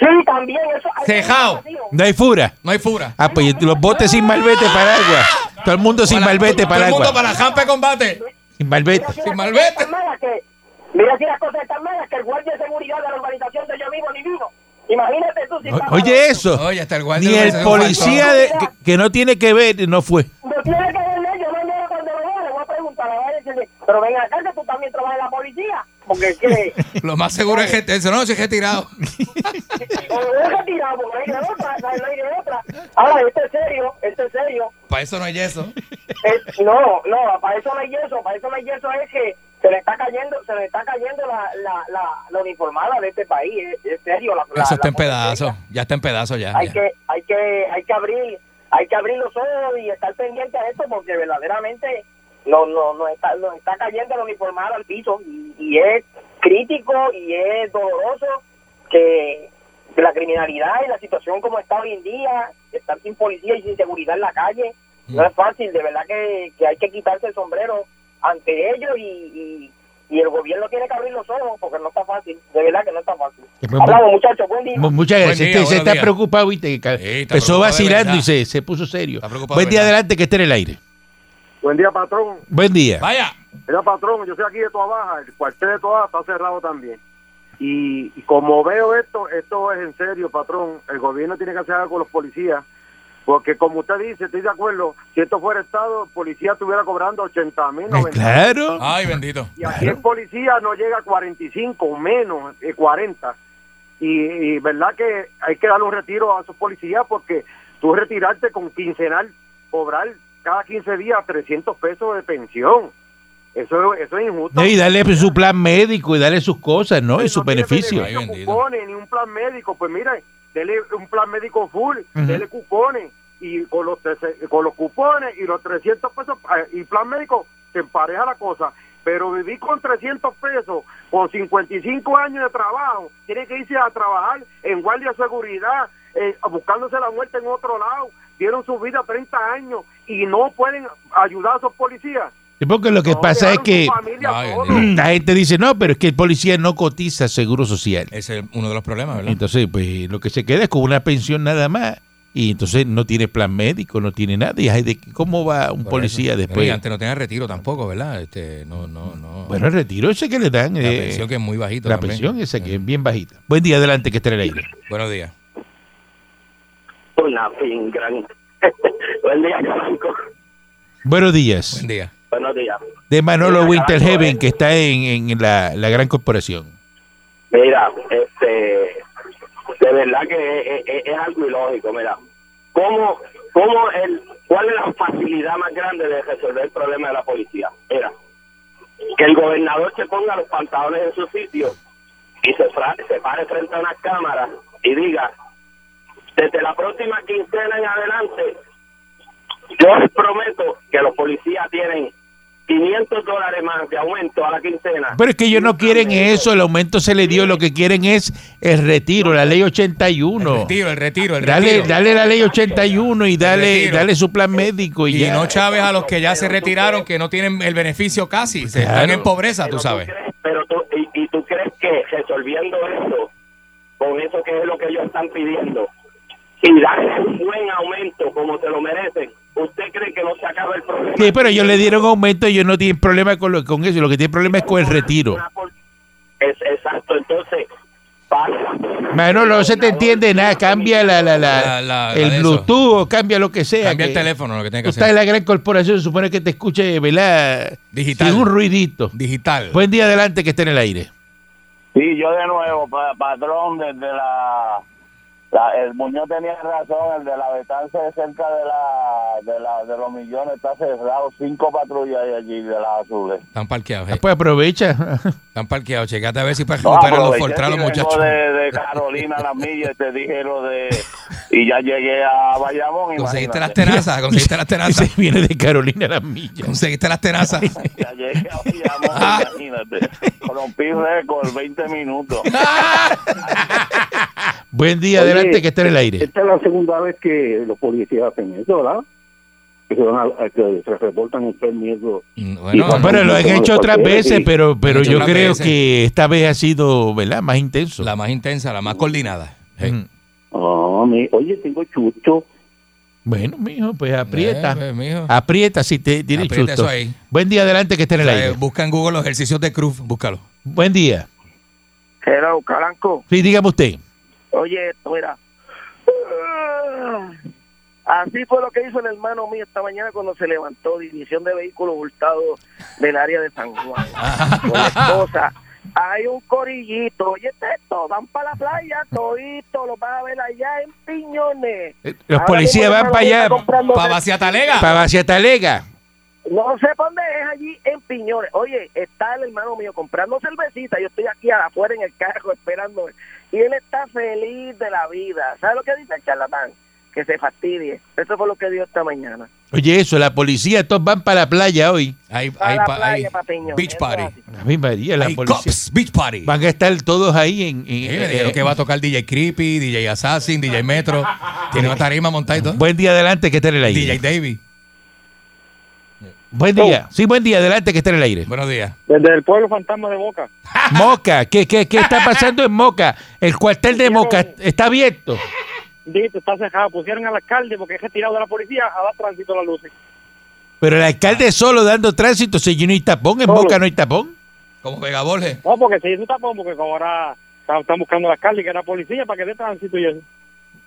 Speaker 7: Sí, también. Eso,
Speaker 4: Cejao.
Speaker 3: No hay fura.
Speaker 4: No hay fura.
Speaker 3: Ah, pues los botes sin malvete para agua. Todo el mundo sin malvete
Speaker 4: Todo
Speaker 3: para
Speaker 4: el mundo
Speaker 3: agua.
Speaker 4: para la jampa de combate.
Speaker 3: Sin malvete.
Speaker 4: Sin malvete.
Speaker 7: Tan malas que- Mira si las cosas están malas que el guardia de seguridad de la urbanización de yo vivo ni vino. Imagínate tú si pasa-
Speaker 3: O- Oye eso.
Speaker 4: Oye, hasta el guardia
Speaker 3: Ni
Speaker 4: lo
Speaker 3: el
Speaker 4: hace un
Speaker 3: policía
Speaker 4: faltón.
Speaker 3: de- que, que no tiene que ver no fue.
Speaker 7: No tiene que ver nada, yo no veo cuando lo vea, le voy a preguntar, le voy a decirle, pero ven acá que tú también trabajas en la policía, porque
Speaker 3: (laughs)
Speaker 7: es que,
Speaker 4: Lo más seguro es gente. Eso no, si es retirado. (laughs)
Speaker 7: o lo deja tirado, porque no hay de otra, o sea, no hay de otra. Ahora, esto es serio, esto es serio,
Speaker 4: Para eso no hay eso.
Speaker 7: Es- no, no, para eso no hay yeso, para eso no hay yeso es que se le está cayendo, se le está cayendo la, la, la, la uniformada de este país, es, es serio. La, la-
Speaker 4: Eso está
Speaker 7: la
Speaker 4: en pedazos. Ya está en pedazos ya.
Speaker 7: hay
Speaker 4: ya.
Speaker 7: que hay que hay que abrir hay que abrir los ojos y estar pendiente a esto porque verdaderamente no no no está nos está cayendo la uniformada al piso y, y es crítico y es doloroso que la criminalidad y la situación como está hoy en día estar sin policía y sin seguridad en la calle no es fácil de verdad que, que hay que quitarse el sombrero ante ellos y, y, y el gobierno tiene que abrir los ojos porque no está fácil de verdad que no está fácil hablamos muchachos buen día
Speaker 3: Mu- Muchas
Speaker 4: Buen
Speaker 3: gracias.
Speaker 4: día,
Speaker 3: Este se
Speaker 4: buenos
Speaker 3: está
Speaker 4: días.
Speaker 3: preocupado, viste, que empezó
Speaker 4: preocupado de
Speaker 3: vacilando
Speaker 4: verdad.
Speaker 3: y se, se puso serio.
Speaker 4: preocupado
Speaker 3: Buen
Speaker 4: de
Speaker 3: día
Speaker 4: verdad.
Speaker 3: adelante que esté en el aire.
Speaker 8: Buen día, patrón.
Speaker 3: Buen día.
Speaker 8: Ah,
Speaker 4: Vaya.
Speaker 8: Mira, patrón, yo soy aquí de Toa Baja, el cuartel de Toa Baja está cerrado también. Y, y como veo esto, esto es en serio, patrón. El gobierno tiene que hacer algo con los policías. Porque como usted dice, estoy de acuerdo, si esto fuera Estado, el policía estuviera cobrando 80 mil, 90
Speaker 3: Eh, Claro.
Speaker 4: Ay, bendito.
Speaker 8: Y aquí el policía no llega a 45, o menos de 40. Y, y verdad que hay que darle un retiro a esos policías porque tú retirarte con quincenal, cobrar cada 15 días 300 pesos de pensión. Eso, eso es injusto.
Speaker 3: No, y darle pues, su plan médico y darle sus cosas, ¿no? Y
Speaker 8: No
Speaker 3: sus
Speaker 8: tiene
Speaker 3: beneficios.
Speaker 8: beneficio, cupones, ni un plan médico. Pues mire, dele un plan médico full,
Speaker 3: Ujú.
Speaker 8: dele cupones y con los, trece- con los cupones y los 300 pesos eh, y plan médico se empareja la cosa. Pero vivir con 300 pesos, con 55 años de trabajo, tiene que irse a trabajar en guardia de seguridad, eh, buscándose la muerte en otro lado. Dieron su vida 30 años y no pueden ayudar a esos policías.
Speaker 3: Sí, Porque lo que
Speaker 8: No,
Speaker 3: pasa es
Speaker 8: llevaron
Speaker 3: que
Speaker 8: su familia
Speaker 4: Ay,
Speaker 8: todo.
Speaker 3: (clears throat)
Speaker 4: bendito.
Speaker 3: la gente dice, no, pero es que el policía no cotiza seguro social.
Speaker 4: Ese es uno de los problemas, ¿verdad?
Speaker 3: Entonces, pues lo que se queda es con una pensión nada más. y entonces no tiene plan médico, no tiene nada. Y ay, ¿de qué- ¿Cómo va un
Speaker 4: Por
Speaker 3: policía
Speaker 4: eso.
Speaker 3: después?
Speaker 4: Y antes no tenía retiro tampoco, ¿verdad? Este, no, no, no.
Speaker 3: Bueno, el retiro ese que le dan.
Speaker 4: La
Speaker 3: eh,
Speaker 4: pensión que es muy bajita
Speaker 3: La
Speaker 4: también.
Speaker 3: pensión esa que es bien bajita. Buen día, adelante, que esté en el aire.
Speaker 4: Buenos días.
Speaker 15: Una fin gran. (laughs) Buen día, Calanco.
Speaker 3: Buenos días.
Speaker 4: día.
Speaker 15: Buenos días.
Speaker 3: De Manolo
Speaker 15: Mira,
Speaker 3: Winterheaven,
Speaker 15: Calanco,
Speaker 3: que está en, en la, la gran corporación.
Speaker 15: Mira, este, de verdad que es, es- es algo ilógico, mira. ¿Cómo, cómo el, ¿Cuál es la facilidad más grande de resolver el problema de la policía? Era que el gobernador se ponga los pantalones en su sitio y se, fra- se pare frente a una cámara y diga, desde la próxima quincena en adelante, yo les prometo que los policías tienen 500 dólares más de aumento a la quincena.
Speaker 3: Pero es que ellos no quieren eso, el aumento se le dio, lo que quieren es el retiro, la ley 81.
Speaker 4: El retiro, el retiro, el
Speaker 3: Oh. Dale,
Speaker 4: retiro.
Speaker 3: dale la ley 81 y dale,
Speaker 4: retiro.
Speaker 3: dale su plan médico y,
Speaker 4: Y
Speaker 3: ya.
Speaker 4: no chaves a los que ya se retiraron, que no tienen el beneficio casi, se están
Speaker 3: Claro.
Speaker 4: en pobreza, tú sabes.
Speaker 15: pero tú, y, y tú crees que resolviendo eso, con eso que es lo que ellos están pidiendo, y darle un buen aumento como se lo merecen, ¿usted cree que no se acaba el problema?
Speaker 3: Sí, pero ellos le dieron aumento y ellos no tienen problema con, lo- con eso, lo que tienen problema es con el retiro.
Speaker 15: Es, exacto, entonces, para-
Speaker 3: Manolo, no se te entiende nada, cambia la, la, la,
Speaker 4: La- la- la de
Speaker 3: el
Speaker 4: eso.
Speaker 3: Bluetooth, o cambia lo que sea.
Speaker 4: Cambia el
Speaker 3: que-
Speaker 4: teléfono, lo que tenga
Speaker 3: Tú
Speaker 4: que
Speaker 3: estás
Speaker 4: hacer.
Speaker 3: en la gran corporación, supone que te escuche, ¿verdad?
Speaker 4: Digital.
Speaker 3: Sin un ruidito.
Speaker 4: Digital.
Speaker 3: Buen día adelante que esté en el aire.
Speaker 16: Sí, yo de nuevo, pa- patrón, desde la, la- El Muñoz tenía razón, el de la Betanza de cerca de la, de la de los millones está cerrado, cinco patrullas hay allí de las azules.
Speaker 4: Están parqueados, eh.
Speaker 3: Pues aprovecha. (laughs)
Speaker 4: están parqueados. Checate a ver si puedes
Speaker 16: No,
Speaker 4: recuperar los
Speaker 16: aproveché
Speaker 4: Fortran, los
Speaker 16: que vengo
Speaker 4: muchachos.
Speaker 16: De, de Carolina, las millas, te dije lo de... Y ya llegué a Bayamón,
Speaker 4: Conseguiste las
Speaker 16: imagínate.
Speaker 4: tenazas,
Speaker 3: (laughs)
Speaker 4: conseguiste las tenazas.
Speaker 3: viene de Carolina las millas.
Speaker 4: Conseguiste las tenazas.
Speaker 16: Ya llegué a Bayamón, imagínate. Rompí récord, 20 minutos.
Speaker 3: Buen día
Speaker 17: Oye,
Speaker 3: adelante que esté en el aire.
Speaker 17: Esta es la segunda vez que los policías hacen eso, ¿verdad? Que se, van a- a- que se reportan enfermos.
Speaker 4: Mm,
Speaker 3: Bueno, pero lo han hecho otras veces, pero, pero
Speaker 4: Lo han hecho
Speaker 3: yo
Speaker 4: otras
Speaker 3: creo
Speaker 4: veces.
Speaker 3: que esta vez ha sido, ¿verdad? Más intenso.
Speaker 4: La más intensa, la más coordinada.
Speaker 3: Mm.
Speaker 7: Oh,
Speaker 17: oye, tengo chucho.
Speaker 3: Bueno, mijo, pues aprieta. Ah,
Speaker 4: Eh, pues, mijo.
Speaker 3: Aprieta si te tiene
Speaker 4: Aprieta
Speaker 3: chusto.
Speaker 4: eso ahí.
Speaker 3: Buen día adelante que esté en el
Speaker 4: O sea,
Speaker 3: aire.
Speaker 4: Busca en Google los ejercicios de Cruz, búscalo.
Speaker 3: Buen día.
Speaker 7: Hello, Calanco.
Speaker 3: Sí, dígame usted.
Speaker 7: Oye, esto era. Así fue lo que hizo el hermano mío esta mañana cuando se levantó División de Vehículos Hurtados del área de San
Speaker 3: (laughs)
Speaker 7: Juan. Con la esposa. Hay un corillito. Oye, esto es esto, van para la playa todito, lo vas a ver allá en Piñones.
Speaker 3: Eh, Los
Speaker 7: Ahora
Speaker 3: policías
Speaker 7: mismo
Speaker 3: van
Speaker 7: está
Speaker 3: para allá.
Speaker 7: comprando-
Speaker 3: Para Vaciatalega.
Speaker 7: No sé pa' dónde es allí en Piñones. Oye, está el hermano mío comprando cervecita. Yo estoy aquí afuera en el carro esperando. Y él está feliz de la vida. ¿Sabes lo que dice el charlatán? Que se fastidie. Eso fue lo que dio esta mañana.
Speaker 3: Oye, eso, la policía, todos van para la playa hoy.
Speaker 4: Ahí,
Speaker 7: Para la playa, pa' Piñones.
Speaker 4: Beach Party.
Speaker 3: María, la
Speaker 4: Hay
Speaker 3: policía.
Speaker 4: cops, Beach Party.
Speaker 3: Van a estar todos ahí en. en-
Speaker 4: Sí, me dijeron
Speaker 3: eh,
Speaker 4: que va a tocar DJ Creepy, DJ Assassin,
Speaker 3: (laughs)
Speaker 4: DJ Metro. Tiene una tarima montada y todo.
Speaker 3: Buen día adelante que esté en el aire.
Speaker 4: DJ Davey.
Speaker 3: Buen
Speaker 7: Oh.
Speaker 3: día. Sí, buen día adelante que esté en el (laughs) aire.
Speaker 4: Buenos días.
Speaker 18: Desde el pueblo fantasma de Boca.
Speaker 3: Moca, ¿qué, qué, qué está pasando en Moca? El cuartel de Moca está abierto.
Speaker 18: Dito, está cejado. Pusieron al alcalde porque es retirado de la policía a dar tránsito a las luces.
Speaker 3: Pero el alcalde solo dando tránsito, si no hay tapón, en Moca no hay tapón.
Speaker 4: Como Vega Borges.
Speaker 18: No, porque se hizo tapón porque como ahora están están buscando al alcalde que era policía para que dé tránsito y eso.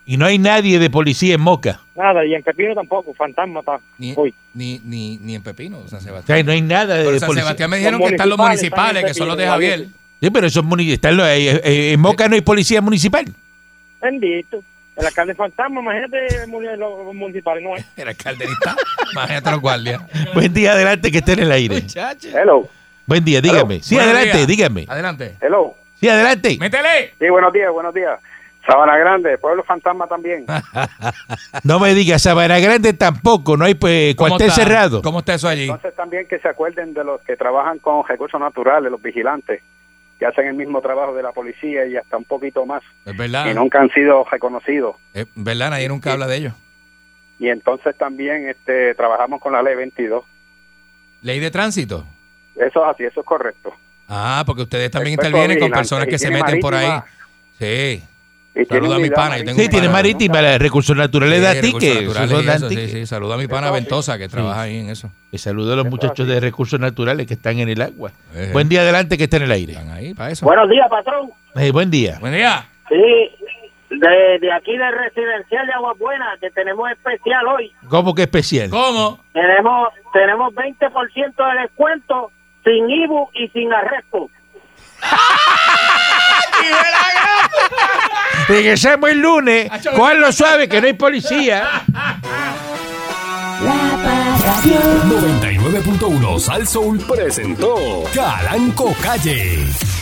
Speaker 3: Y no hay nadie de policía en Moca.
Speaker 18: Nada, y en Capino tampoco, fantasma está.
Speaker 4: Ni,
Speaker 18: hoy.
Speaker 4: ni, ni, ni en Pepino, San
Speaker 3: O sea,
Speaker 4: Sebastián.
Speaker 3: no hay nada de
Speaker 4: Pero San
Speaker 3: policía.
Speaker 4: Sebastián me dijeron que están los municipales, que son los de Javier.
Speaker 3: Sí, pero esos muni- están los- eh, eh, en Moca no hay policía municipal.
Speaker 18: Bendito. El alcalde fantasma, imagínate el muni- los municipales, no es.
Speaker 4: El alcalde está. (laughs) Imagínate los guardias.
Speaker 3: Buen día, adelante, que esté en el aire.
Speaker 18: Hello.
Speaker 3: Buen día, dígame. Sí,
Speaker 18: Buenos
Speaker 3: adelante,
Speaker 18: días.
Speaker 3: dígame.
Speaker 4: Adelante.
Speaker 18: Hello.
Speaker 3: Sí, adelante.
Speaker 4: ¡Métele!
Speaker 18: Sí, buenos días, buenos días. Sabana Grande, Pueblo Fantasma también.
Speaker 3: Ah, No me digas, Sabana Grande tampoco, no hay pues,
Speaker 18: ¿Cómo
Speaker 3: cuartel
Speaker 18: está?
Speaker 3: cerrado.
Speaker 4: ¿Cómo está eso allí?
Speaker 18: Entonces también que se acuerden de los que trabajan con recursos naturales, los vigilantes, que hacen el mismo trabajo de la policía y hasta un poquito más,
Speaker 4: Es verdad.
Speaker 18: y nunca han sido reconocidos.
Speaker 4: Es verdad, nadie nunca habla de ellos.
Speaker 18: Y entonces también este trabajamos con la ley 22.
Speaker 4: Ley de tránsito.
Speaker 18: Eso es así, eso es correcto.
Speaker 4: Ah, porque ustedes también
Speaker 18: Expertos
Speaker 4: intervienen con
Speaker 18: vigilantes,
Speaker 4: personas que se
Speaker 18: higiene
Speaker 4: meten por ahí.
Speaker 18: marítima.
Speaker 4: Sí.
Speaker 10: Y tiene
Speaker 4: Saluda a mi
Speaker 10: unidad
Speaker 4: pana. que tengo
Speaker 3: Sí,
Speaker 4: un
Speaker 3: tiene
Speaker 4: pana,
Speaker 3: marítima, la- recursos naturales
Speaker 4: Sí,
Speaker 3: da
Speaker 4: recursos
Speaker 3: tickets.
Speaker 4: naturales
Speaker 3: esos
Speaker 4: y
Speaker 3: dan
Speaker 4: eso, sí,
Speaker 3: tickets.
Speaker 4: sí. Saluda a mi pana Ventosa que trabaja ahí en eso.
Speaker 3: Y saludo a los muchachos de recursos naturales que están en el agua.
Speaker 4: Eh,
Speaker 3: Buen día adelante que está en el aire.
Speaker 4: ahí para eso.
Speaker 7: (laughs) Buenos días, patrón.
Speaker 3: Eh, buen día.
Speaker 4: Buen día.
Speaker 7: Sí, de, de aquí del residencial de Aguas Buenas, que tenemos especial hoy.
Speaker 3: ¿Cómo que especial?
Speaker 4: ¿Cómo?
Speaker 7: Tenemos tenemos 20% de descuento sin IBU y sin arresto.
Speaker 3: Regresamos el lunes. lo suave que no hay policía.
Speaker 1: 99.1 Sal Soul presentó Calanco Calle.